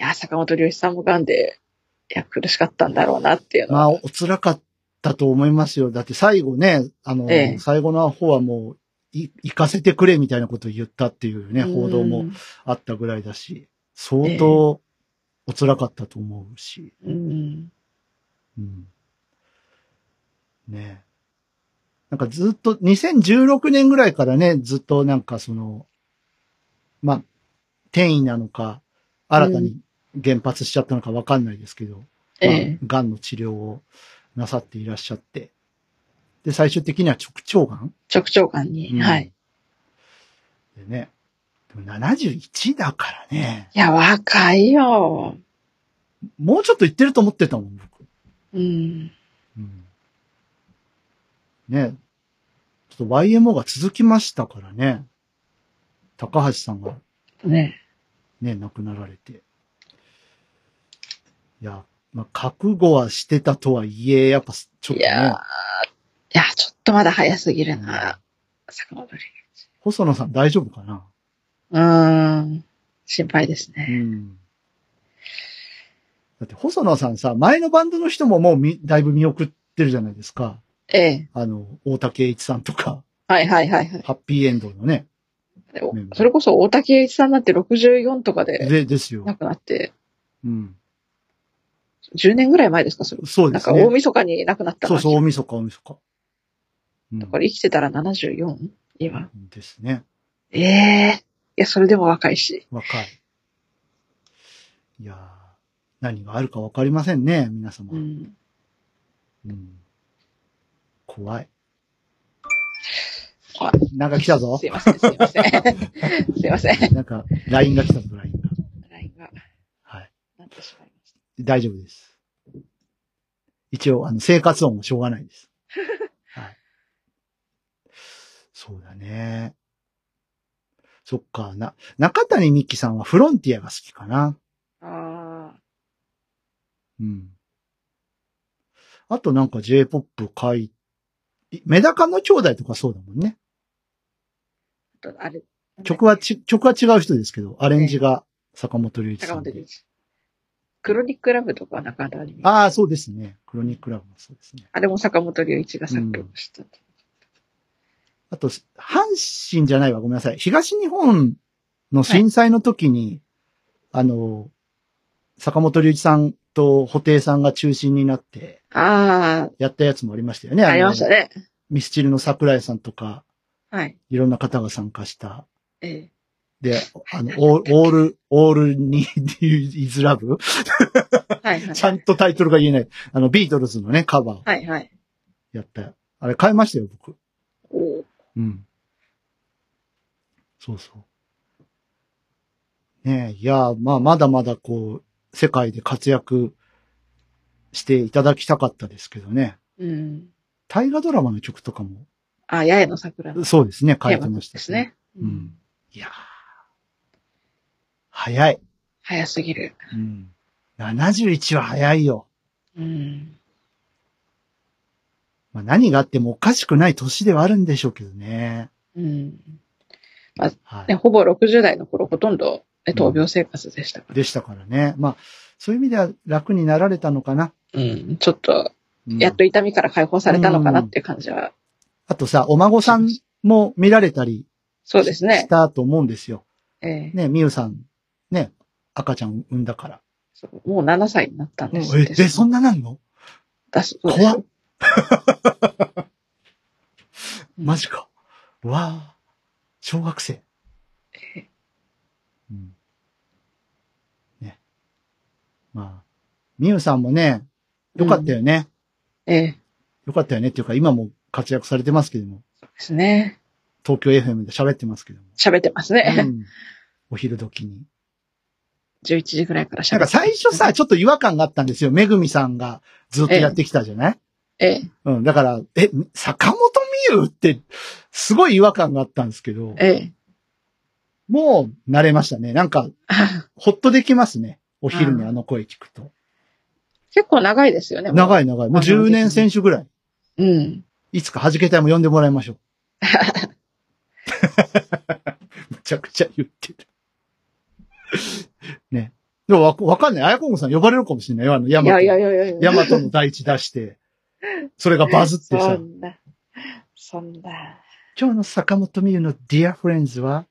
いや、坂本龍一さんも癌で、いや、苦しかったんだろうなっていうの
ま
は。
あ、お辛かったと思いますよ。だって最後ね、あの、
ええ
最後の方はもう、い行かせてくれみたいなことを言ったっていうね、報道もあったぐらいだし、相当お辛かったと思うし。
うん。うん。
うんねえ。なんかずっと、2016年ぐらいからね、ずっとなんかその、まあ、転移なのか、新たに原発しちゃったのかわかんないですけど、
え
ま
え
あがんの治療をなさっていらっしゃって、で、最終的には直腸がん
直腸癌に、
うん
はい。
でね、でも71だからね、
いや、若いよ。
もうちょっといってると思ってたもん、僕。
うん。
うんねちょっと YMO が続きましたからね。高橋さんが
ね。
ね、亡くなられて。いや、まあ、覚悟はしてたとはいえ、やっぱちょっと
いやー
ね、
いや、ちょっとまだ早すぎる
うん
な、坂本龍一。
細野さん大丈夫かな
うーん。心配です
う
ね。
ん。だって細野さんさ、前のバンドの人ももうみだいぶ見送ってるじゃないですか。
ええ。
あの、大竹栄一さんとか、
はいはいはいはい。
ハッピーエンドのね。
でも
メンバー
それこそ大竹栄一さんなんて64とかで
で、ですよ
亡。くなって、
うん。
10年ぐらい前ですか、それ。
そう
な
で
ん
す
か
ね
大。晦日に亡くなった
そうそう、大
う。
晦日、大晦日。うん
だから生きてたら 74? 今。
ですね。
ええいや、それでも若いし。
若い。いやー何があるかわかりませんね、皆様。
う
うん
ん。
怖い。
怖い
なんか来たぞ
す。いません、すいま せん。すいません。
なんか、LINE が来たぞ、LINE が。
LINE が
はい。
なってしまいまし
大丈夫です。一応、あの、生活音もしょうがない です。はい。そうだね。そっか、な、中谷美紀さんはフロンティアが好きかな。
た。ああ。
うん。あとなんか J-POP 書い、いメダカの兄弟とかそうだもんね。
あとあれ。
曲はち、曲は違う人ですけど、アレンジが坂本龍一
高
さん
本
で。
龍一。クロニックラブとかは中田に。
ああ、そうですね。クロニックラブもそうですね。
あれも坂本龍一が作曲した。
あと、阪神じゃないわ、ごめんなさい。東日本の震災の時に、あの、坂本龍一さんと布袋さんが中心になって
あ
やったやつもありましたよね。
あ、ありました
ね。
ね。
ミスチルの桜井さんとか、
はい。
いろんな方が参加した
え え。
で、あ の、オーオール、オールに、イズラ ブ
はいはい。
ちゃんとタイトルが言えない。あの、ビートルズのね、カバー
はいはい。
やった。あれ買いましたよ、僕。
おお。
うん。そうそう。ねえ、いや、まあ、まだまだこう、世界で活躍していただきたかったですけどね。
うん。
大河ドラマの曲とかも、
あ、八重の桜の。
そうですね、
テ
書
ー
い
マ
てました
で
し
す。ね。う
うんん。いやー早い。
早すぎる。
うん。71は早いよ。
うん。
まあ、何があってもおかしくない年ではあるんでしょうけどね。
うん。
はい。
ね、ほぼ60代の頃、ほとんど、ね、闘病生活でしたか
でしたからね。まあ、そういう意味では楽になられたのかな。
ら。うん。ちょっと、
うん
やっと痛みから解放されたのかなっていう感じは。
あとさ、お孫さんも見られたり
そうです
し
ね。
たと思うんですよ。
ええ
ね、みゆさん、ね、赤ちゃん産んだから。
そうもう7歳になったん
う
で
ん
す
え、
って。
で、そんななんの
だそうです
怖っ。マジか。うわあ、小学生。
え
うん。ね。まあ、みゆさんもね、よかったよね。
ええ。
よかったよねっていうか、今も活躍されてますけども、
そうですね。
東京 FM で喋ってますけども。
喋ってます
う
ね。
ん、お昼時に。
11時ぐらいか
なん
ら喋
か
って。
最初さ、ちょっと違和感があったんですよ。めぐみさんがずっとやってきたじゃない、
ええ、
うん。だから、え、坂本美優って、すごい違和感があったんですけど、
ええ。
もう慣れましたね。なんか、ほっとできますね。お昼にあの声聞くと。
結構長いですよね。い。
長い長い。もう10年選手ぐらい。
うん。
いつか弾けたいも呼んでもらいま しょう。むちゃくちゃ言ってる。ね。でもわわかんない。あやこんごさん呼ばれるかもしれないよ。あの、ヤ
い
マ
やいや
ト。
いやいやい
ヤ
や。
マトの第一出して、それがバズって
そ
さ、
んな、そんな。
今日の坂本美優のディアフレンズ は、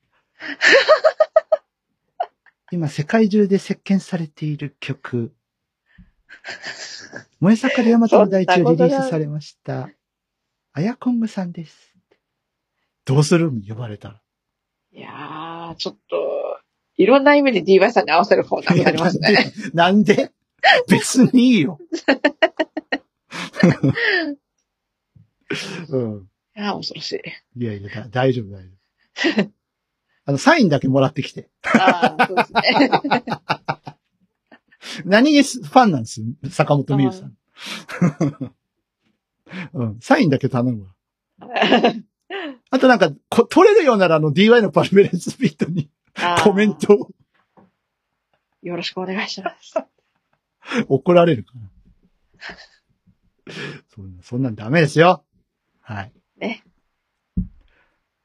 今世界中で席巻されている曲、燃え盛りヤマトの第一をリリースされました。あやこんぐさんです。どうする呼ばれたら。
いやー、ちょっと、いろんな意味で DY さんに合わせる方なくな りますね。
いやなんでなんで別にいい よ。うん。
いやー、恐ろしい。
いやいや、だ大丈夫、大丈夫。あの、サインだけもらってきて。
あーそうですね。
何気すファンなんです坂本美優さん。うん、サインだけ頼むわ。あとなんか、こ取れるようならあの DY のパルメレンスピットに
あー
コメン。トを
よろしくお願いします。
怒られるから。そんな、そんなんダメですよ。はい。
ね。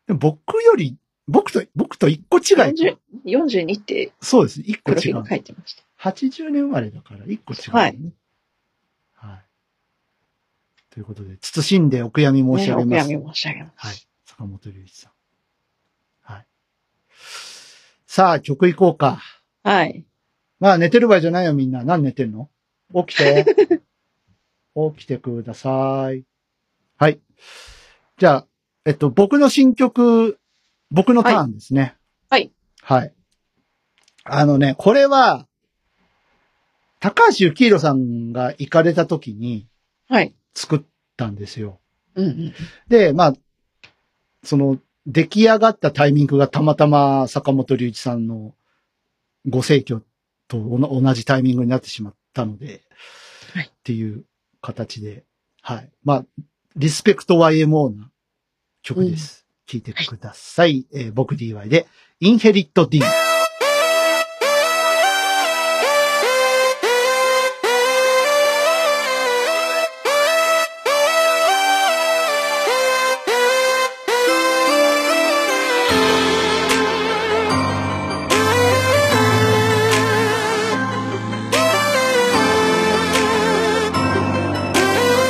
でも僕より、僕と、僕と一個違い
40。42って
そうです。一個
プロフ
違
ィー
う
ル。書いてました。
80年生まれだから、一個違う、ね。
はい。
はい。ということで、謹んでお悔やみ申し上げます。
ねお悔やみ申し上げます。
はい。坂本龍一さん。はい。さあ、曲いこうか。
はい。
まあ、寝てる場合じゃないよ、みんな。何寝てんの起きて。 起きてください。はい。じゃあ、えっと、僕の新曲、僕のターンですね。
はい。
はい。あのね、これは、高橋幸宏さんが行かれた時に
はい。
作ったんですよ。
うんうん。
で、まあ、その、出来上がったタイミングがたまたま坂本龍一さんのご逝去とおな同じタイミングになってしまったので、
はい
っていう形で、はい。まあ、リスペクト YMO な曲です。聴、いてください。えー僕 DY で、インヘリット D。
「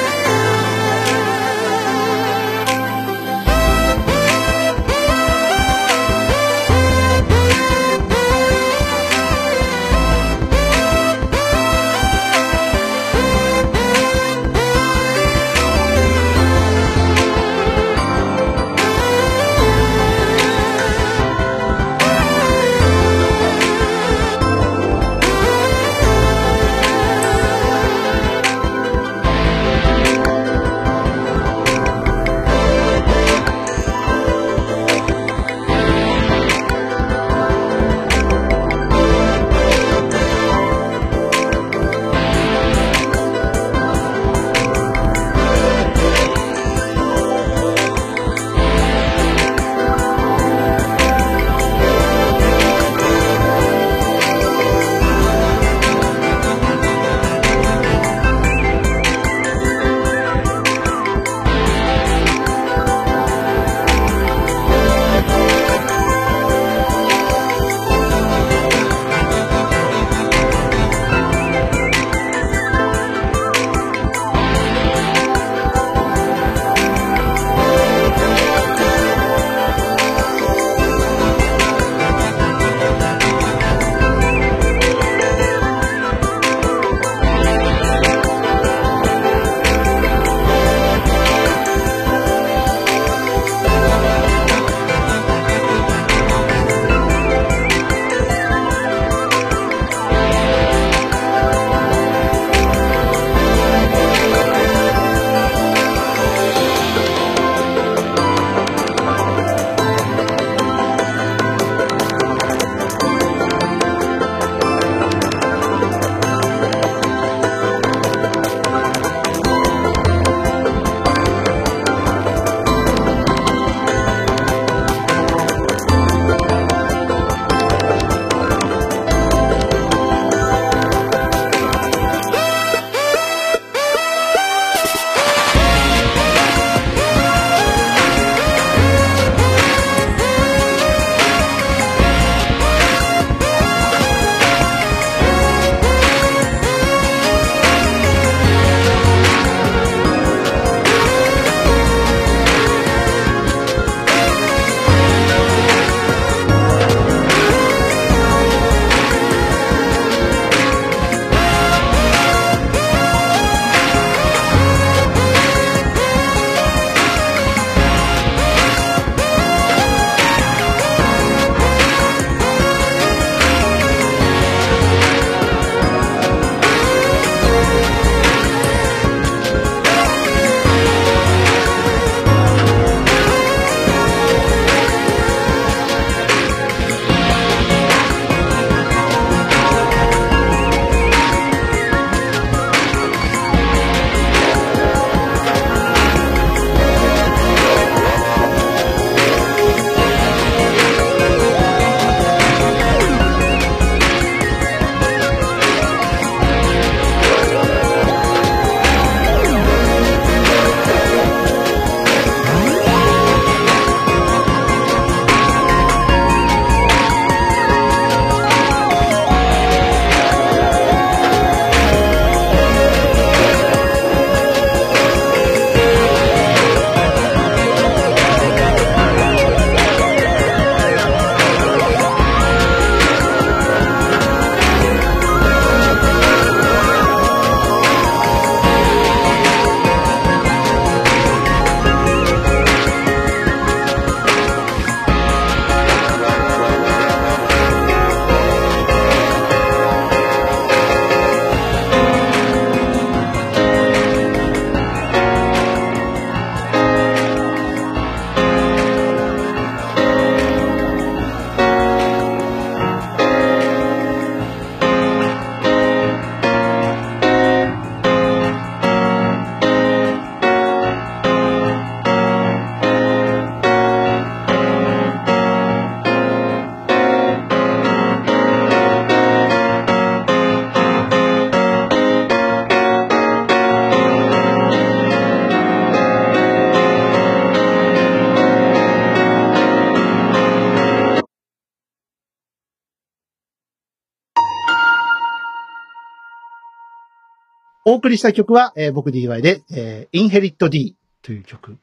お送りした曲は、えー僕 DY で、えー、Inherit D という曲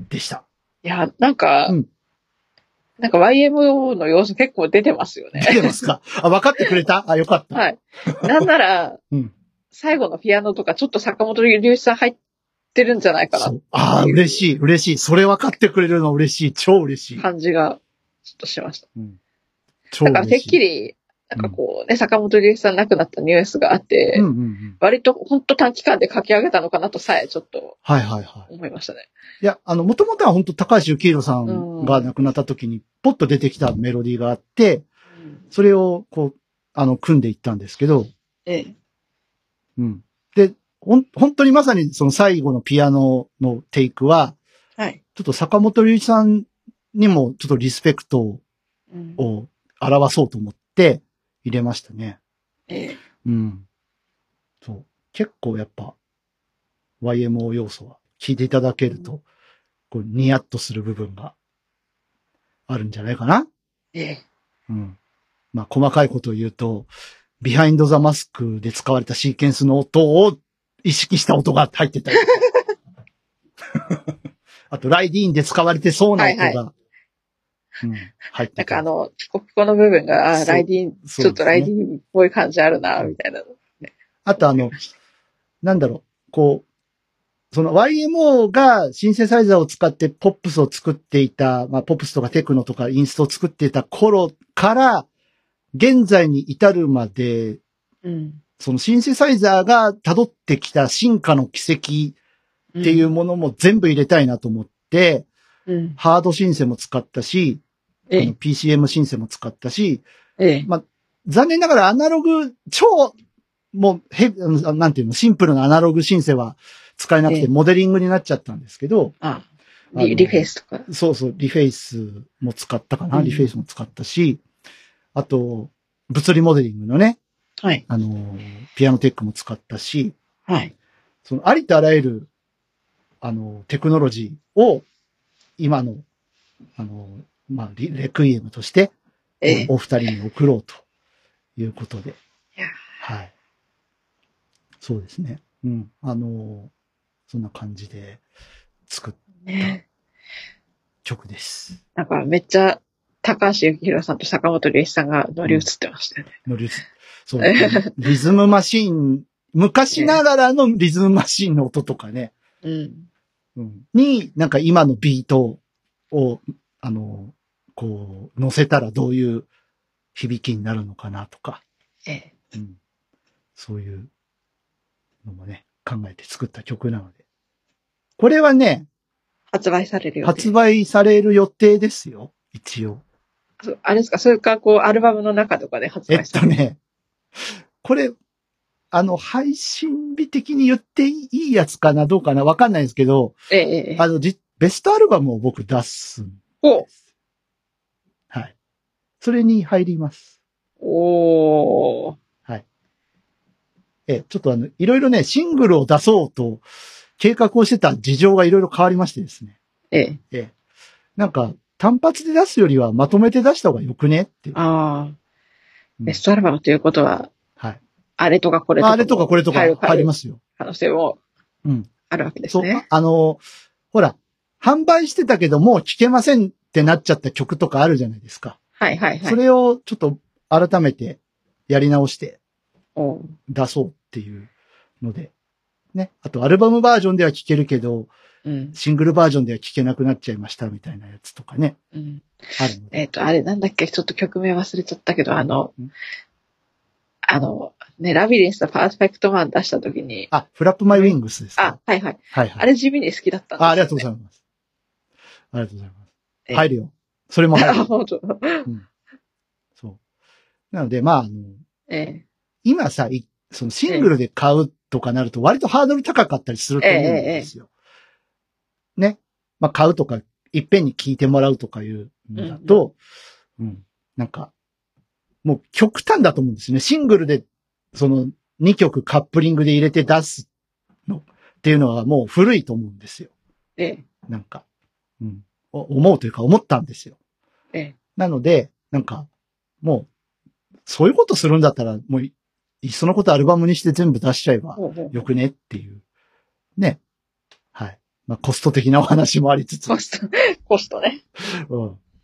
でした。
いや、なんか、
うん
なんか YMO の要素結構出てますよね。
出てます かあ、分かってくれたあ、よかった。
はい。なんなら、
うん
最後のピアノとかちょっと坂本龍一さん入ってるんじゃないか
そ
な
う。ああ、嬉しい、嬉しい。それ分かってくれるの嬉しい。超嬉しい。
感じがちょっとしました。
超
だからてっ
嬉し
き
い。
り、なんかこうね、坂本龍一さん亡くなったニュースがあって、
うんうんうん。
割とほんと短期間で書き上げたのかなとさえちょっと
はいはいはい。
思いましたね。
いや、あの、もともとは本当高橋幸宏さんが亡くなった時に、ポッと出てきたメロディーがあって、それを、こう、あの、組んでいったんですけど、
ええ。
うん。で、ほん、本当にまさにその最後のピアノのテイクは、
はい。
ちょっと坂本龍一さんにもちょっとリスペクト
うん
を表そうと思って入れましたね。
ええ
うん。そう。結構やっぱ、YMO 要素は聞いていただけると、こう、ニヤッとする部分があるんじゃないかな
ええ。
うん。まあ、細かいことを言うと、ビハインドザマスクで使われたシーケンスの音を意識した音が入ってたりとか。あと、ライディーンで使われてそうな音が、
はい
うん、入ってた
なんかあ
り。
の、ピコピコの部分が、
そう
あライディーン、
すね
ちょっとライディーンっぽい感じあるな、みたいな。
あと、あの、なんだろう、こう、その YMO がシンセサイザーを使ってポップスを作っていた、まあ、ポップスとかテクノとかインストを作っていた頃から、現在に至るまで
うん。
そのシンセサイザーが辿ってきた進化の軌跡っていうものも全部入れたいなと思って、
うん。
ハードシンセも使ったし、あ
え
の
え、
PCM シンセも使ったし、
ええ、
残念ながらアナログ、超、もうヘ、あのなんていうの、シンプルなアナログシンセは使えなく
ええ
てモデリングになっちゃったんですけど、
あ
あの
リリフェイスとか。
そうそう、リフェイスも使ったかな、
うん
リフェイスも使ったし、あと、物理モデリングのね、
はい、
あの、ピアノテックも使ったし、
はい。
そのありとあらゆる、あの、テクノロジーを、今の、あの、まあ、リレクイエムとして、
ええ、
お二人に送ろうということで
いや。
はい。そうですね。うん。あの、そんな感じで作った
ね
曲です。
なんかめっちゃ、高橋幸宏さんと坂本龍一さんが乗り移ってましたよね。
のリズ そう。リズムマシン、昔ながらのリズムマシンの音とかね。
うん。
に、なんか今のビートを、あの、こう、乗せたらどういう響きになるのかなとか、
ええ、
うんそういうのもね、考えて作った曲なので。これはね、
発売されるよ、
発売される予定ですよ、一応。
そうあれですかそれか、こう、アルバムの中とかで発
えっ
売さ
と
れる。
ね、これ、あの、配信日的に言っていいやつかな、どうかな、わかんないですけど、
ええ、ええ。
あの、じベストアルバムを僕出すん
お
はい。それに入ります。
おー
え、ちょっとあの、いろいろね、シングルを出そうと計画をしてた事情がいろいろ変わりましてですね。
ええ、
え、なんか、単発で出すよりはまとめて出した方がよくねっていう。う
ああ。
ん
ベストアルバムということは、
はい。
あれとかこれ
まあ、
とか。。
あれとかこれとか入りますすよ。
可能性も
うん。
あるわけです
そう
ね。、
あの、ほら、販売してたけどもう聴けませんってなっちゃった曲とかあるじゃないですか。
はいはいはい。
それをちょっと改めてやり直して
おう
出そうっていうので。ね。あと、アルバムバージョンでは聴けるけど、
うん。
シングルバージョンでは聴けなくなっちゃいましたみたいなやつとかね、
うん。
あるので。
えっ、と、あれなんだっけちょっと曲名忘れちゃったけど、あの
うん、
あの、ね、ラビリンスとパーフェクトマン出した時に、
あ、フラップマイウィングスです
あ
か、、
はいはい。
はいはい。
あれ地味に好きだったんですよね、
あありがとうございます。ありがとうございます。
え
入るよ。それも入
あ、
る。
本当。
そう。なので、まあ、あの
え
今さ、いそのシングルで買うとかなると、割とハードル高かったりすると思うんですよ。ね。まあ、買うとか、いっぺんに聞いてもらうとかいうのだと、うん。なんか、もう極端だと思うんですよね。シングルで、その、2曲カップリングで入れて出すのっていうのはもう古いと思うんですよ。
え、え
なんか、うん。お思うというか思ったんですよ。
え、え
なので、なんか、もう、そういうことするんだったら、もうい、いっそのことアルバムにして全部出しちゃえば
ほうほう
よくねっていう。ね。はい。まあ、コスト的なお話もありつつ。う
コ
ん。
スト、 コストね。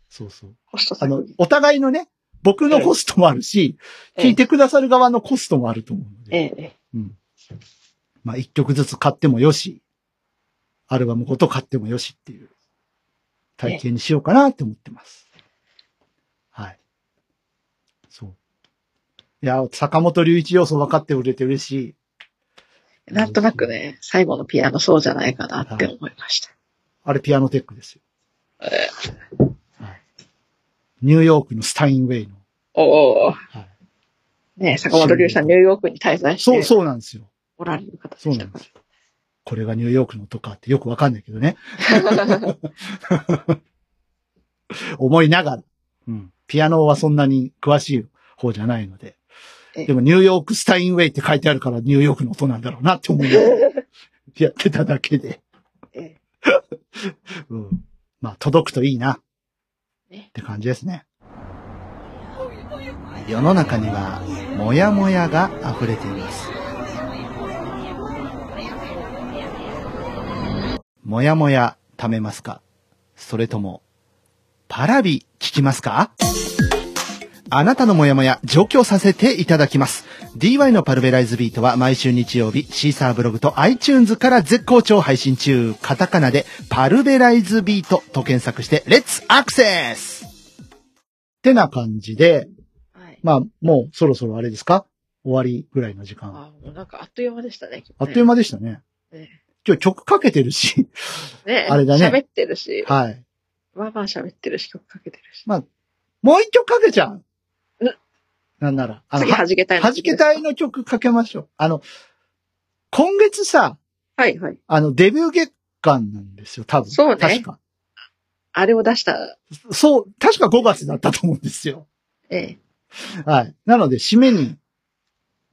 そうそう。
コスト
あ
削
の
減。、
お互いのね、僕のコストもあるし、
ええ
聞いてくださる側のコストもあると思うの
え
で、
え。
まあ、一曲ずつ買ってもよし、アルバムごと買ってもよしっていう体験にしようかなって思ってます。はい。そう。いや、坂本龍一要素分かってくれて嬉しい。
なんとなくね、最後のピアノそうじゃないかなって思いました。
あれピアノテックですよ。
え
はいニューヨークのスタインウェイの。
おお。
は
ね坂本龍さん、ニューヨークに滞在
い、そう、
して
そうなんですよ。
おられる方で
そう
し
な
た
ん
か
ですよ。これがニューヨークのとかってよくわかんないけどね。思いながら。うん。ピアノはそんなに詳しい方じゃないので。
ええ
でもニューヨークスタインウェイって書いてあるからニューヨークの音なんだろうなって思いなが らやってただけで。
ええ
うん。まあ、届くといいな。
ね
って感じですね。世の中には、モヤモヤが溢れています。モヤモヤ貯めますかそれとも、パラビ聞きますかあなたのモヤモヤ除去させていただきます。DY のパルベライズビートは毎週日曜日、シーサーブログと iTunes から絶好調配信中。カタカナでパルベライズビートと検索して、レッツアクセスってな感じで、
はい。
まあ、もうそろそろあれですか終わりぐらいの時間。
あ、もうなんかあっという間でしたね。
あっという間でしたね
ね。
今日曲かけてるし、
間。ね
あれだね
喋ってるし、
はい。
まあまあ喋ってるし、曲かけてるし。
もう一曲かけちゃう
うん
なんなら、あの、
次、弾けたいの
はじけたいの曲かけましょう。あの、今月さ、
はいはい。
あの、デビュー月間なんですよ、多分。
そうね
確か。
あれを出した、
そう、確か5月だったと思うんですよ。
ええ。
はい。なので、締めに、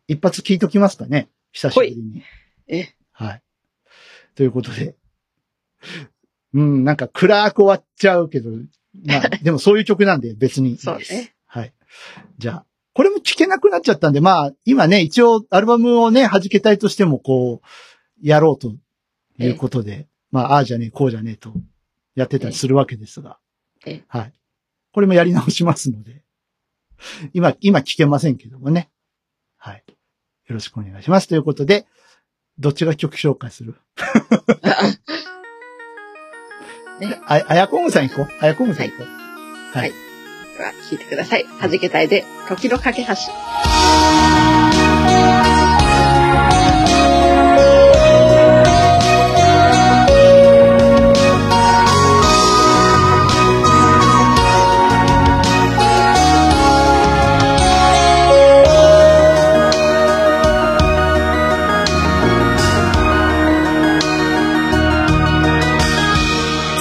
一発聞いときますかね。久しぶりに。
ええ。
はい。ということで。うん、なんか暗く終わっちゃうけど、ま あ、でもそういう曲なんで別にいいです。
そう ね
はい。じゃあ、これも聞けなくなっちゃったんで、まあ、今ね、一応アルバムをね、弾けたいとしても、こう、やろうということで、まあ、ああじゃねえ、こうじゃねえと、やってたりするわけですが
ええ、
はい。これもやり直しますので、今、今聞けませんけどもね。はい。よろしくお願いします。ということで、どっちが曲紹介するあ、あやこむさん行こう。あやこむさん行こう。はい。
では聴いてください。弾けたいで、時の架け橋。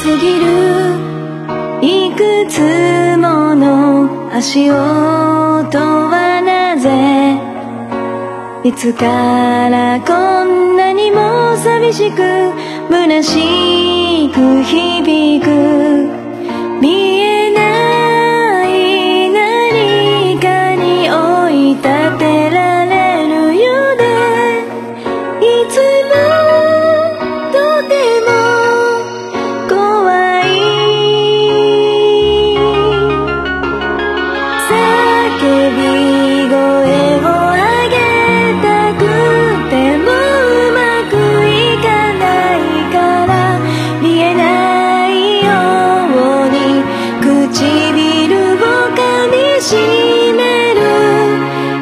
過ぎるいくつもの足音はなぜいつからこんなにも寂しく虚しく響く見えない何かに追い立てられるようでいつもとても怖い叫び声を上げたくてもうまくいかないから見えないように唇を噛みしめる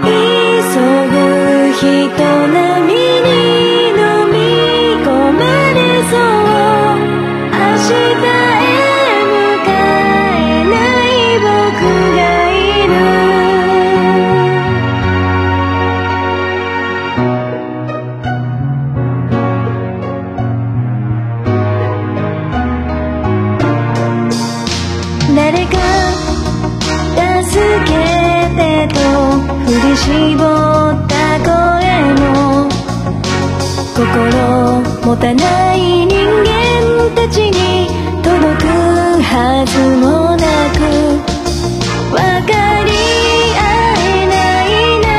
急ぐ人並みに飲み込まれそう明日へ向かえない僕がいる誰か「助けて」と振り絞った声も心持たない人間たちに届くはずもなく分かり合えないな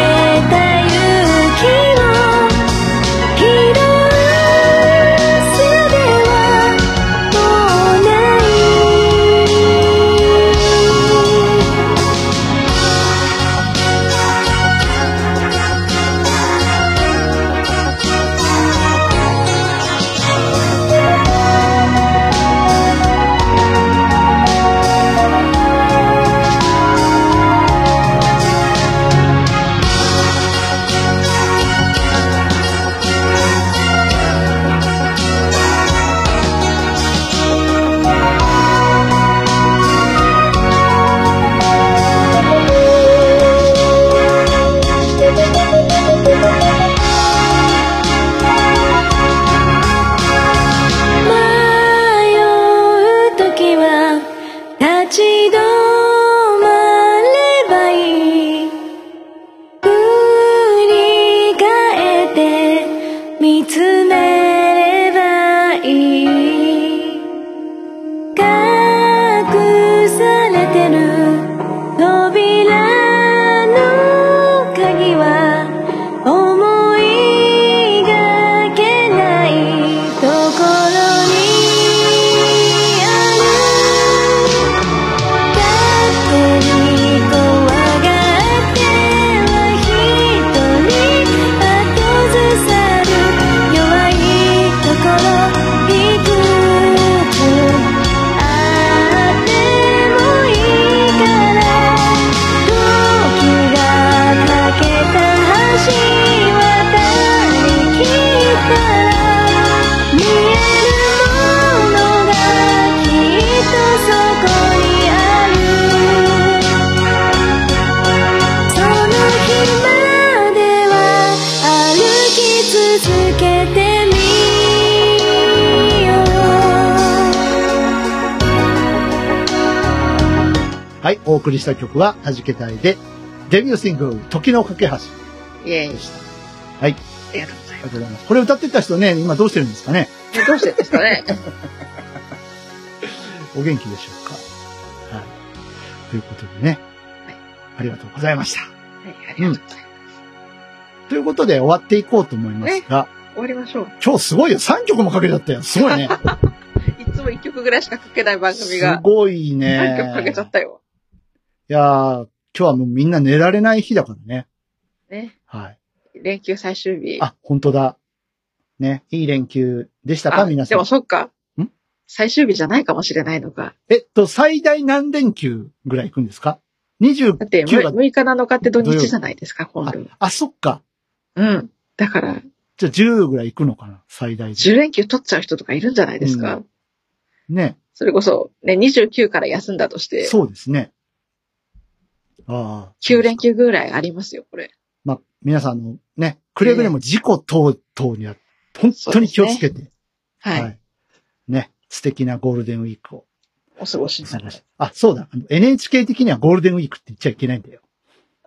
らと見つめればいい隠されてる扉の鍵は思いがけないところにある「勝手に怖がってはひとり」「後ずさる弱いところいくつあってもいいから」「時がかけた橋渡りきったら見えるもの」が「きっとそこにある」「その日までは歩き続けてみよ
はい、お送りした曲は、はじけたいで、デビューシングル、時の架け橋
イエイ
で。した。はい、
ありがとうござい
ありがとうございます。これ歌ってた人ね、今どうしてるんですかね
ます。どうし てですかね
お元気でしょうかはい。ということでね、ありがとうございました。
はい、ありがとうございま
ということで終わっていこうと思いますが、
す。終わりましょう。
今日すごいよ。3曲もかけちゃったよ。すごいね。
いつも一曲ぐらいしかかけない番組
す
が、
ごい
何
ね。
曲かけちゃったよ。
いやー、今日はもうみんな寝られない日だからね。
ね。
はい。
連休最終日。
あ、本当だ。ね、いい連休でしたか
あ、
皆さ
で
ん
も。そっか
ん。
最終日じゃないかもしれないのか。
えっと、最大何連休ぐらい行くんですか
だって、む
?29 が
6、日7日って土日じゃないですか、今
あ
度。、
あそっか。
うん。だから、
じゃあ10ぐらい行くのかな最大で。
10連休取っちゃう人とかいるんじゃないですか。
うね。
それこそ、ね、29から休んだとして、
そうですね。ああ。
9連休ぐらいありますよ、これ。
まあ、皆さんあのね、くれぐれも事故等々には、本当に気をつけて、
はい。
はい。ね、素敵なゴールデンウィークを
お過ごし
お
に
過
な
ご
る
し。あ、そうだ。あの NHK 的にはゴールデンウィークって言っちゃいけないんだよ。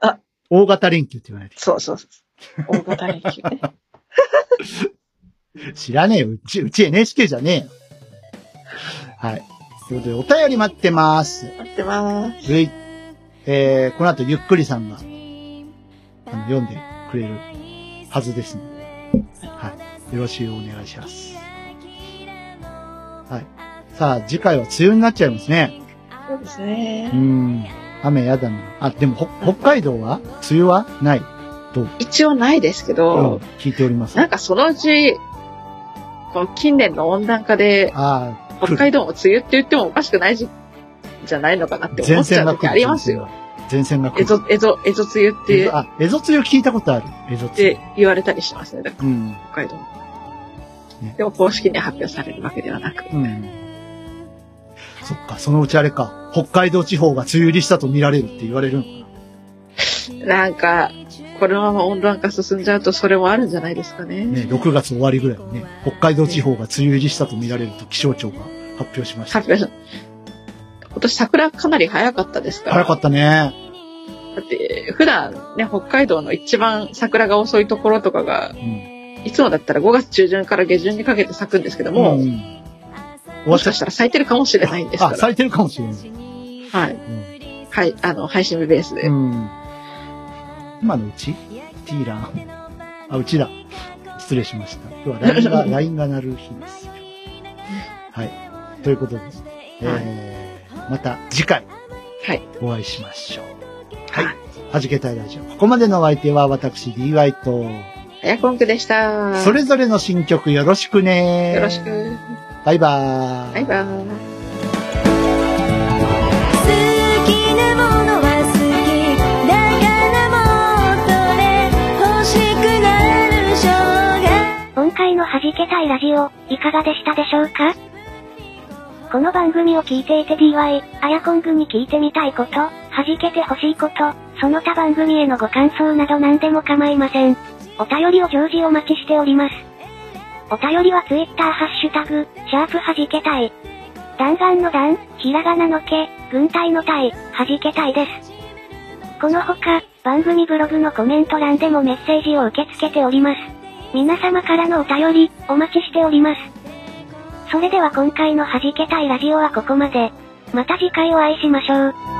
あ。
大型連休って言わないで。
そうそうそう。大型連休ね。
知らねえよ。うち、うち NHK じゃねえよ。はい。ということで、お便り待ってます。
待ってまーす。
るい。えー、この後ゆっくりさんが、あの、読んでくれるはずですので、はい。よろしくお願いします。はい。さあ、次回は梅雨になっちゃいますね。
そうです
う
ね。
ん。雨やだな。あ、でも、ほ北海道は梅雨はない。
一応ないですけ
うん
ど、
聞いております。
なん
あ
かそのうち、こう、近年の温暖化で、
あー、
北海道も梅雨って言ってもおかしくないじじゃないのかなって思
前
っちゃ
線
う
が
時
来る。
ありますよ。
前線が来
え
る。
ぞ、えぞ、えぞ梅雨って、っ
あ、エゾ梅雨聞いたことある。エゾ梅
て言われたりしますね、
雨。うん。
北海道も
ね。
でも公式には発表されるわけではなく。
うん。そっか、そのうちあれか。北海道地方が梅雨入りしたと見られるって言われるのかな。
なんか、このまま温暖化進んじゃうとそれもあるんじゃないですかね。
ね、6月終わりぐらいにね、北海道地方が梅雨入りしたと見られると気象庁が発表しました。
発表し今年桜かなり早かったですから。
早かったね。
だって、普段ね、北海道の一番桜が遅いところとかが
う、ん。
いつもだったら5月中旬から下旬にかけて咲くんですけども、
ん、終わ
も
っ
し
ちゃ
か
っ
したら咲いてるかもしれないんです
た。
か
あ、
ら。
咲いてるかもしれない。
はい。はい、あの、配信日ベースで。
うん。今のうちティーラン。あ、うちだ。失礼しました。今日は LINE が、LINE が鳴る日です。はい。ということで、えー、また次回
はい。
お会いしましょう。
はい。
はじけたいラジオ。ここまでのお相手は私 DY と、
はやこんくでした。
それぞれの新曲よろしくね。
よろし。く。
バイバーイ。
バイバーイ。
好きなものは好きだからもっとね欲しくなるしょうが
今回の弾けたいラジオ、いかがでしたでしょうかこの番組を聞いていて DY、アヤコングに聞いてみたいこと、弾けてほしいこと、その他番組へのご感想など何でも構いません。お便りを常時お待ちしております。お便りは Twitter ハッシュタグ、シャープ弾けたい。弾丸の弾、ひらがなのけ、軍隊の隊、弾けたいです。この他、番組ブログのコメント欄でもメッセージを受け付けております。皆様からのお便り、お待ちしております。それでは今回の弾けたいラジオはここまで。また次回お会いしましょう。